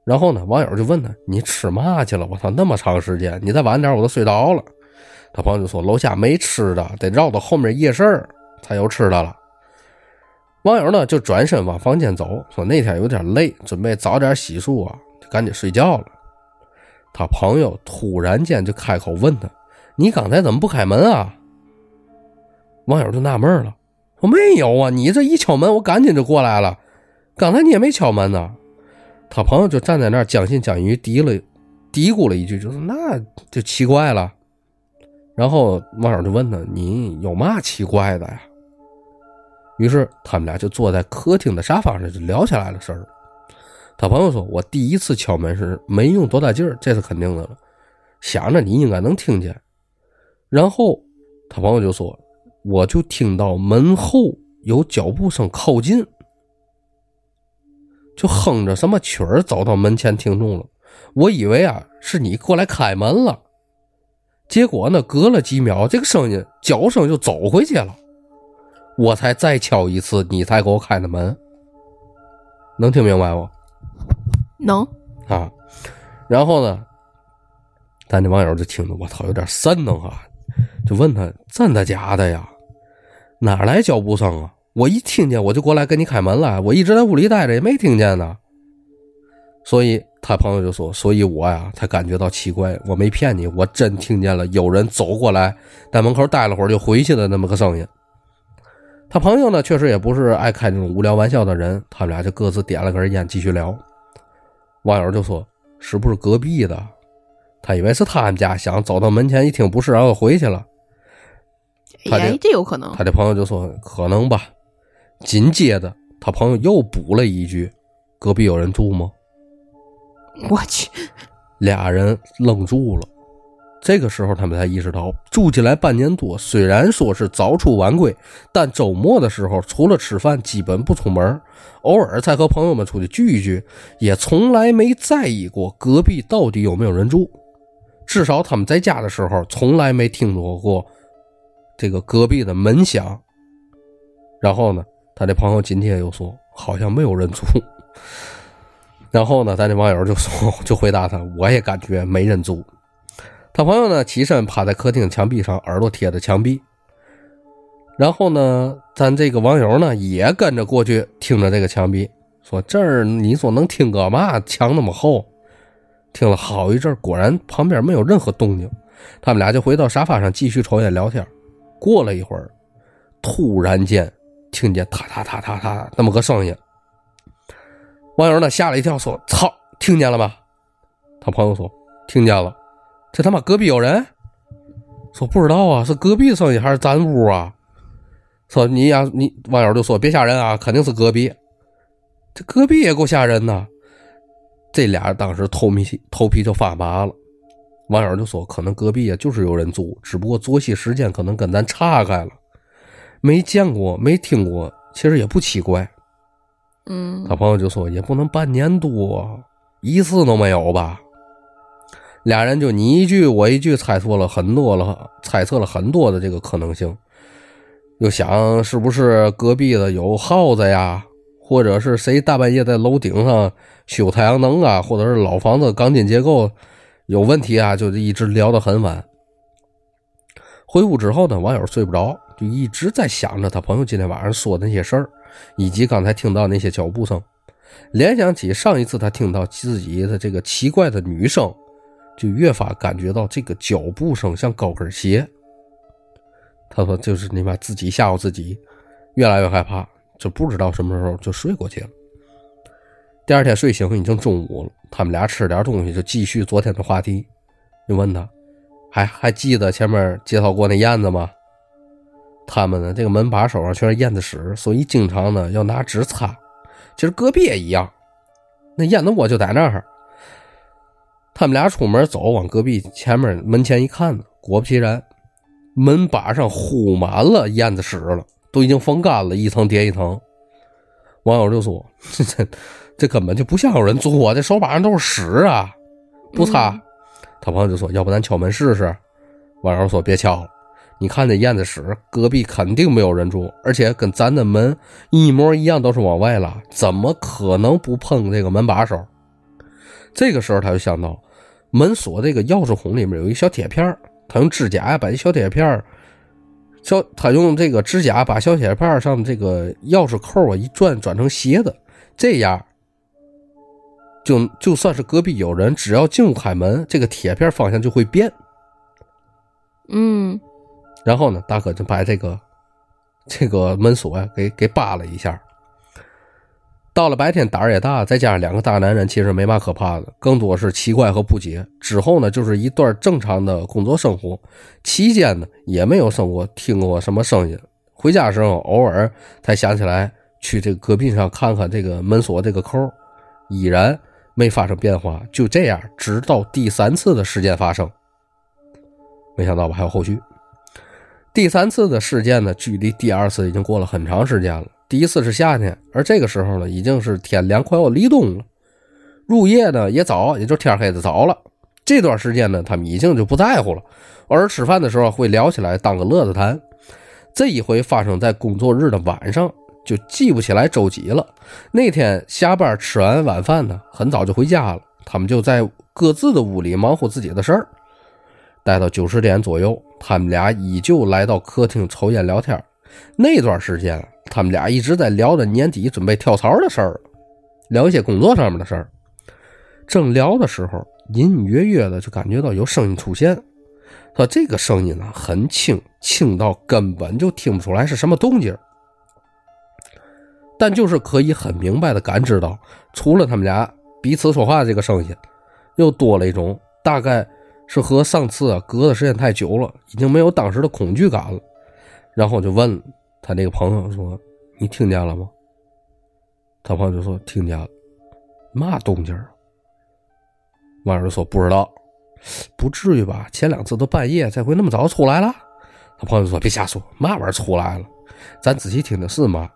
[SPEAKER 1] 然后呢，网友就问他：“你吃嘛去了？我操，那么长时间，你再晚点我都睡着了。”他朋友就说：“楼下没吃的，得绕到后面夜市儿才有吃的了。”网友呢就转身往房间走，说那天有点累，准备早点洗漱啊，就赶紧睡觉了。他朋友突然间就开口问他：“你刚才怎么不开门啊？”网友就纳闷了，说：“没有啊，你这一敲门，我赶紧就过来了，刚才你也没敲门呢。”他朋友就站在那儿将信将疑嘀了嘀咕了一句，就是那就奇怪了。然后网友就问他：“你有嘛奇怪的呀？”于是他们俩就坐在客厅的沙发上就聊起来了事儿。他朋友说：“我第一次敲门时没用多大劲儿，这是肯定的了，想着你应该能听见。”然后他朋友就说：“我就听到门后有脚步声靠近。”就哼着什么曲儿走到门前停住了。我以为啊是你过来开门了，结果呢，隔了几秒，这个声音脚声就走回去了。我才再敲一次，你才给我开的门，能听明白不？
[SPEAKER 2] 能
[SPEAKER 1] 啊，然后呢，咱这网友就听着，我操，有点瘆得慌，就问他真的假的呀？哪来脚步声啊？我一听见我就过来跟你开门了，我一直在屋里待着也没听见呢。所以他朋友就说，所以我呀才感觉到奇怪，我没骗你，我真听见了有人走过来，在门口待了会儿就回去的那么个声音。他朋友呢，确实也不是爱开这种无聊玩笑的人，他们俩就各自点了根烟继续聊。网友就说：“是不是隔壁的？”他以为是他们家，想走到门前一听不是，然后回去了。他这
[SPEAKER 2] 哎，这有可能
[SPEAKER 1] 他的朋友就说：“可能吧。”紧接着，他朋友又补了一句：“隔壁有人住吗
[SPEAKER 2] 我去，？”
[SPEAKER 1] 俩人愣住了。这个时候，他们才意识到，住进来半年多，虽然说是早出晚归，但周末的时候除了吃饭，基本不出门，偶尔才和朋友们出去聚一聚，也从来没在意过隔壁到底有没有人住。至少他们在家的时候，从来没听说过这个隔壁的门响。然后呢，他这朋友紧接着又说，好像没有人住。然后呢，咱这网友就说，就回答他，我也感觉没人住。他朋友呢，起身趴在客厅墙壁上，耳朵贴着墙壁。然后呢，咱这个网友呢也跟着过去听着这个墙壁，说这儿你说能听个嘛？墙那么厚，听了好一阵儿，果然旁边没有任何动静。他们俩就回到沙发上继续抽烟聊天。过了一会儿，突然间听见嗒嗒嗒嗒嗒那么个声音，网友呢吓了一跳，说：“操，听见了吧？”他朋友说：“听见了，这他妈隔壁有人。”说不知道啊，是隔壁声音还是咱屋啊？说你呀、你网友就说别吓人啊，肯定是隔壁。这隔壁也够吓人呐！这俩人当时头皮头皮就发麻了。网友就说，可能隔壁也就是有人住，只不过作息时间可能跟咱岔开了，没见过，没听过，其实也不奇怪。
[SPEAKER 3] 嗯
[SPEAKER 1] 他朋友就说也不能半年多一次都没有吧。俩人就你一句我一句猜错了很多了，猜测了很多的这个可能性，又想是不是隔壁的有耗子呀，或者是谁大半夜在楼顶上修太阳能啊，或者是老房子钢筋结构有问题啊，就一直聊到很晚。回屋之后呢，网友睡不着，就一直在想着他朋友今天晚上说的那些事儿。以及刚才听到那些脚步声，联想起上一次他听到自己的这个奇怪的女声，就越发感觉到这个脚步声像高跟鞋。他说：“就是你把自己吓唬自己，越来越害怕，就不知道什么时候就睡过去了。”第二天睡醒已经中午了，他们俩吃点东西就继续昨天的话题，就问他：“还还记得前面介绍过那燕子吗？”他们呢，这个门把手上全是燕子屎，所以经常呢要拿纸擦。其实隔壁也一样，那燕子窝就在那儿。他们俩出门走，往隔壁前面门前一看呢，果不其然，门把上糊满了燕子屎了，都已经风干了，一层叠一层。网友就说：“ 这这这根本就不像有人做啊，这手把上都是屎啊，不擦。他朋友就说：“要不咱敲门试试？”网友说：“别敲了。”你看这燕子屎，隔壁肯定没有人住，而且跟咱的门一模一样，都是往外拉，怎么可能不碰这个门把手？这个时候他就想到，门锁这个钥匙孔里面有一小铁片儿他用指甲把这小铁片儿小他用这个指甲把小铁片儿上的这个钥匙扣啊一转，转成斜的，这样。就就算是隔壁有人，只要进屋开门，这个铁片儿方向就会变。
[SPEAKER 3] 嗯
[SPEAKER 1] 然后呢，大哥就把这个这个门锁呀、给给扒了一下。到了白天胆儿也大，再加上两个大男人，其实没嘛可怕的，更多是奇怪和不解。之后呢，就是一段正常的工作生活，期间呢也没有生过听过什么声音。回家的时候偶尔才想起来去这个隔壁上看看这个门锁这个扣儿，已然没发生变化。就这样，直到第三次的事件发生，没想到吧，还有后续。第三次的事件呢，距离第二次已经过了很长时间了。第一次是夏天，而这个时候呢，已经是天凉，快要立冬了。入夜呢也早，也就天黑的早了。这段时间呢，他们已经就不在乎了，偶尔吃饭的时候会聊起来当个乐子谈。这一回发生在工作日的晚上，就记不起来周几了。那天下班吃完晚饭呢，很早就回家了。他们就在各自的屋里忙活自己的事儿。待到九十点左右，他们俩依旧来到客厅抽烟聊天儿。那段时间，他们俩一直在聊着年底准备跳槽的事儿，聊一些工作上面的事儿。正聊的时候，隐隐约约的就感觉到有声音出现。他这个声音呢、很轻，轻到根本就听不出来是什么动静儿，但就是可以很明白的感知到，除了他们俩彼此说话的这个声音，又多了一种，大概是和上次啊隔的时间太久了，已经没有当时的恐惧感了。然后我就问他那个朋友说：“你听见了吗？”他朋友就说：“听见了，嘛动静儿啊？”网友就说：“不知道，不至于吧？前两次都半夜，这回那么早出来了？”他朋友就说：“别瞎说，嘛玩意儿出来了？咱仔细听听是嘛？”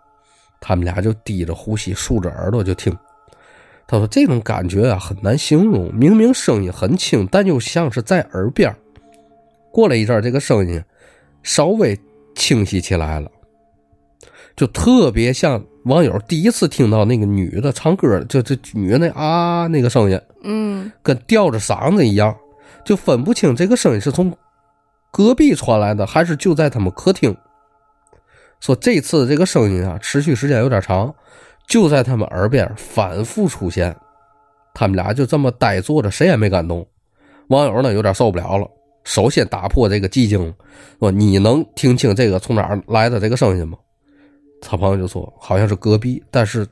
[SPEAKER 1] 他们俩就低着呼吸，竖着耳朵就听。他说：“这种感觉啊，很难形容。明明声音很轻，但又像是在耳边儿。过了一阵儿，这个声音稍微清晰起来了，就特别像网友第一次听到那个女的唱歌，就这女的那啊那个声音，
[SPEAKER 3] 嗯
[SPEAKER 1] 跟吊着嗓子一样，就分不清这个声音是从隔壁传来的，还是就在他们客厅。说这次的这个声音啊，持续时间有点长，就在他们耳边反复出现。他们俩就这么呆坐着，谁也没敢动。网友呢有点受不了了，首先打破这个寂静，说：“你能听清这个从哪儿来的这个声音吗？”他朋友就说：“好像是隔壁，但是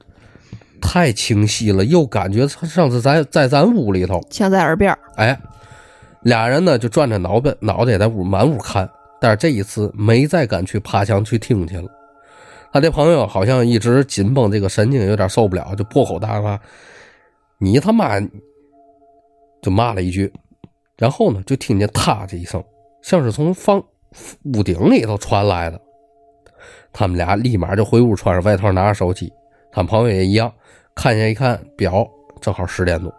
[SPEAKER 1] 太清晰了，又感觉上次在在咱屋里头。”
[SPEAKER 2] 像在耳边儿，
[SPEAKER 1] 哎，俩人呢就转着脑袋脑袋在屋满屋看，但是这一次没再敢去爬墙去听去了。他这朋友好像一直紧绷这个神经，有点受不了，就破口大骂：“你他妈！”就骂了一句，然后呢就听见“嗒”的一声，像是从房屋顶里头传来的。他们俩立马就回屋，穿上外套，拿着手机。他朋友也一样，看下一看表，正好十点多。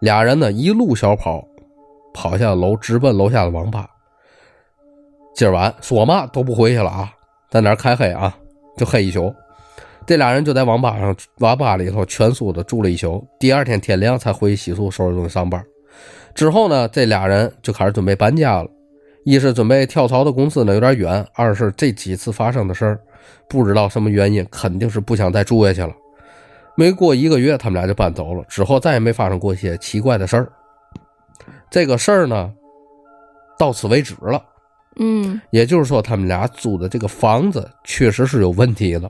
[SPEAKER 1] 俩人呢一路小跑，跑下楼，直奔楼下的网吧。今儿晚说嘛都不回去了啊，在那儿开黑啊，就黑一宿。这俩人就在网吧上、网吧里头全宿的住了一宿。第二天天亮才回去洗漱，收拾东西上班。之后呢，这俩人就开始准备搬家了。一是准备跳槽的公司呢有点远，二是这几次发生的事儿，不知道什么原因，肯定是不想再住下去了。没过一个月，他们俩就搬走了。之后再也没发生过一些奇怪的事儿。这个事儿呢，到此为止了。
[SPEAKER 2] 嗯，
[SPEAKER 1] 也就是说，他们俩租的这个房子确实是有问题的，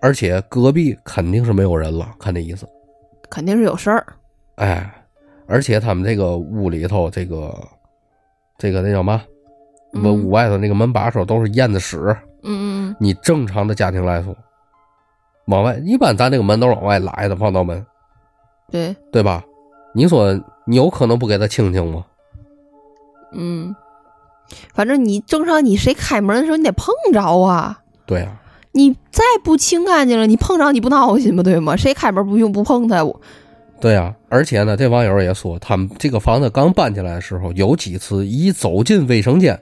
[SPEAKER 1] 而且隔壁肯定是没有人了，看这意思。
[SPEAKER 2] 肯定是有事儿。
[SPEAKER 1] 哎，而且他们这个屋里头，这个这个那叫嘛，
[SPEAKER 2] 嗯
[SPEAKER 1] 门屋外头那个门把手都是燕子屎。
[SPEAKER 2] 嗯嗯
[SPEAKER 1] 你正常的家庭来说，往外一般咱这个门都是往外来的防盗门。
[SPEAKER 2] 嗯，对，
[SPEAKER 1] 对吧？你说你有可能不给他清清吗？
[SPEAKER 2] 嗯，反正你正常，你谁开门的时候你得碰着啊，
[SPEAKER 1] 对呀、
[SPEAKER 2] 你再不清干净了，你碰着你不闹心吗？对吗？谁开门不用不碰他？我
[SPEAKER 1] 对呀、而且呢，这网友也说，他们这个房子刚搬进来的时候，有几次一走进卫生间，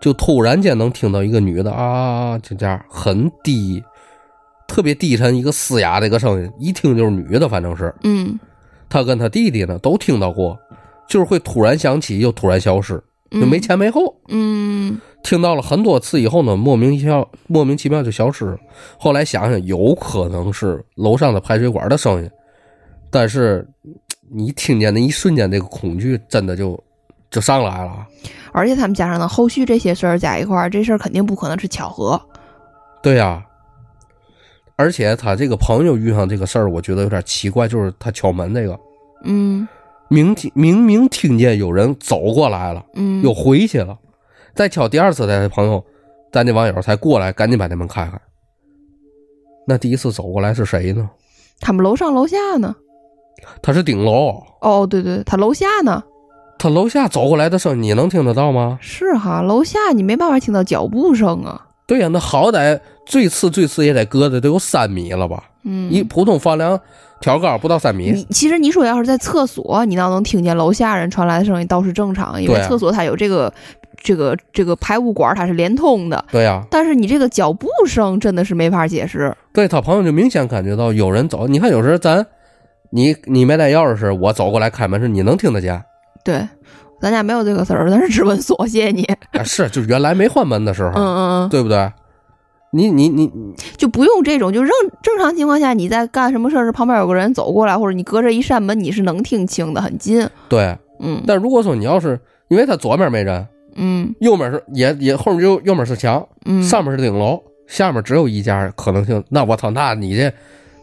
[SPEAKER 1] 就突然间能听到一个女的啊，就这样很低，特别低沉一个嘶哑的一个声音，一听就是女的，反正是
[SPEAKER 2] 嗯
[SPEAKER 1] 他跟他弟弟呢都听到过，就是会突然响起又突然消失，就没前没后。
[SPEAKER 2] 嗯
[SPEAKER 1] 听到了很多次以后呢，莫名其妙，莫名其妙就消失了。后来想想，有可能是楼上的排水管的声音，但是嘖你听见那一瞬间，这个恐惧真的就就上来了啊。
[SPEAKER 2] 而且他们加上呢，后续这些事儿加一块儿，这事儿肯定不可能是巧合。
[SPEAKER 1] 对呀、而且他这个朋友遇上这个事儿，我觉得有点奇怪，就是他敲门这个，
[SPEAKER 2] 嗯
[SPEAKER 1] 明听明明听见有人走过来了，
[SPEAKER 2] 嗯，
[SPEAKER 1] 又回去了，再敲第二次，他的朋友，咱这网友才过来，赶紧把那门开开。那第一次走过来是谁呢？
[SPEAKER 2] 他们楼上楼下呢？
[SPEAKER 1] 他是顶楼，
[SPEAKER 2] 哦，对对，他楼下呢？
[SPEAKER 1] 他楼下走过来的声，你能听得到吗？
[SPEAKER 2] 是哈，楼下你没办法听到脚步声啊。
[SPEAKER 1] 对呀、那好歹最次最次也得隔着得有三米了吧？
[SPEAKER 2] 嗯，
[SPEAKER 1] 一普通房梁挑高不到三米，
[SPEAKER 2] 你其实你说要是在厕所，你要能听见楼下人传来的声音倒是正常，因为
[SPEAKER 1] 对啊
[SPEAKER 2] 厕所它有这个这个这个排污管，它是连通的。
[SPEAKER 1] 对呀、
[SPEAKER 2] 但是你这个脚步声真的是没法解释。
[SPEAKER 1] 对他朋友就明显感觉到有人走。你看有时候咱，你你没带钥匙时，我走过来开门时，你能听得见？
[SPEAKER 2] 对，咱家没有这个事儿，咱是指纹锁，谢谢你。
[SPEAKER 1] 啊，是，就是原来没换门的时候，
[SPEAKER 2] 嗯嗯嗯，
[SPEAKER 1] 对不对？你你你
[SPEAKER 2] 就不用这种，就正正常情况下你在干什么事儿时，旁边有个人走过来，或者你隔着一扇门，你是能听清的，很近。
[SPEAKER 1] 对，
[SPEAKER 2] 嗯
[SPEAKER 1] 但如果说你要是因为他左面没人，
[SPEAKER 2] 嗯
[SPEAKER 1] 右面是也也后面就右面是墙，
[SPEAKER 2] 嗯，
[SPEAKER 1] 上面是顶楼，下面只有一家可能性，那我操，那你这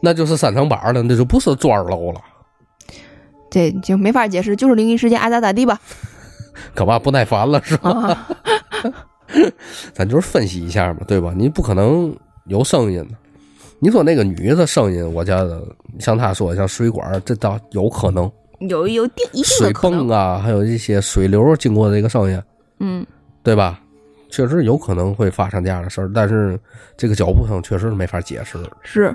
[SPEAKER 1] 那就是三层板了，那就不是砖楼了，
[SPEAKER 2] 这就没法解释，就是灵异事件，爱啊咋咋地吧。
[SPEAKER 1] 干嘛不耐烦了是吧？
[SPEAKER 2] 啊，
[SPEAKER 1] 咱就是分析一下嘛，对吧？你不可能有声音的。你说那个女的声音，我觉得像她说像水管，这倒有可能，
[SPEAKER 2] 有嗯有定一定
[SPEAKER 1] 水
[SPEAKER 2] 的可
[SPEAKER 1] 泵
[SPEAKER 2] 能。
[SPEAKER 1] 啊，还有一些水流经过的这个声音，
[SPEAKER 2] 嗯，
[SPEAKER 1] 对吧？确实有可能会发生这样的事儿，但是这个脚步声确实是没法解释。
[SPEAKER 2] 是。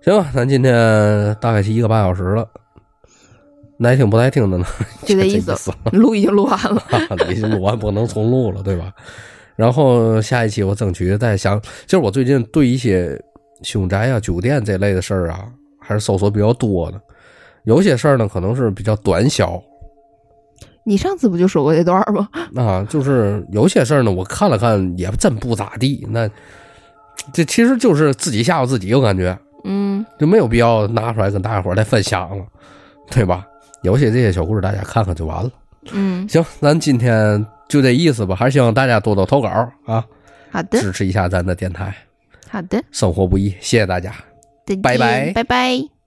[SPEAKER 1] 行吧，咱今天大概是一个半小时了，耐听不耐听的呢，
[SPEAKER 2] 就 这意思
[SPEAKER 1] 思了，
[SPEAKER 2] 录已经录完了。
[SPEAKER 1] 已经录完不能重录了，对吧？然后下一期我争取再想，就是我最近对一些凶宅啊、酒店这类的事儿啊，还是搜索比较多的。有些事儿呢，可能是比较短小，
[SPEAKER 2] 你上次不就说过这段儿吗？
[SPEAKER 1] 啊，就是有些事儿呢，我看了看也真不咋地。那这其实就是自己吓唬自己，我感觉
[SPEAKER 2] 嗯，
[SPEAKER 1] 就没有必要拿出来跟大家伙儿再分享了，对吧？有些这些小故事，大家看看就完了。
[SPEAKER 2] 嗯，
[SPEAKER 1] 行，咱今天就这意思吧，还是希望大家多多投稿啊，
[SPEAKER 2] 好的，
[SPEAKER 1] 支持一下咱的电台。
[SPEAKER 2] 好的，
[SPEAKER 1] 生活不易，谢谢大家。
[SPEAKER 2] 再见
[SPEAKER 1] 拜拜
[SPEAKER 2] 拜拜。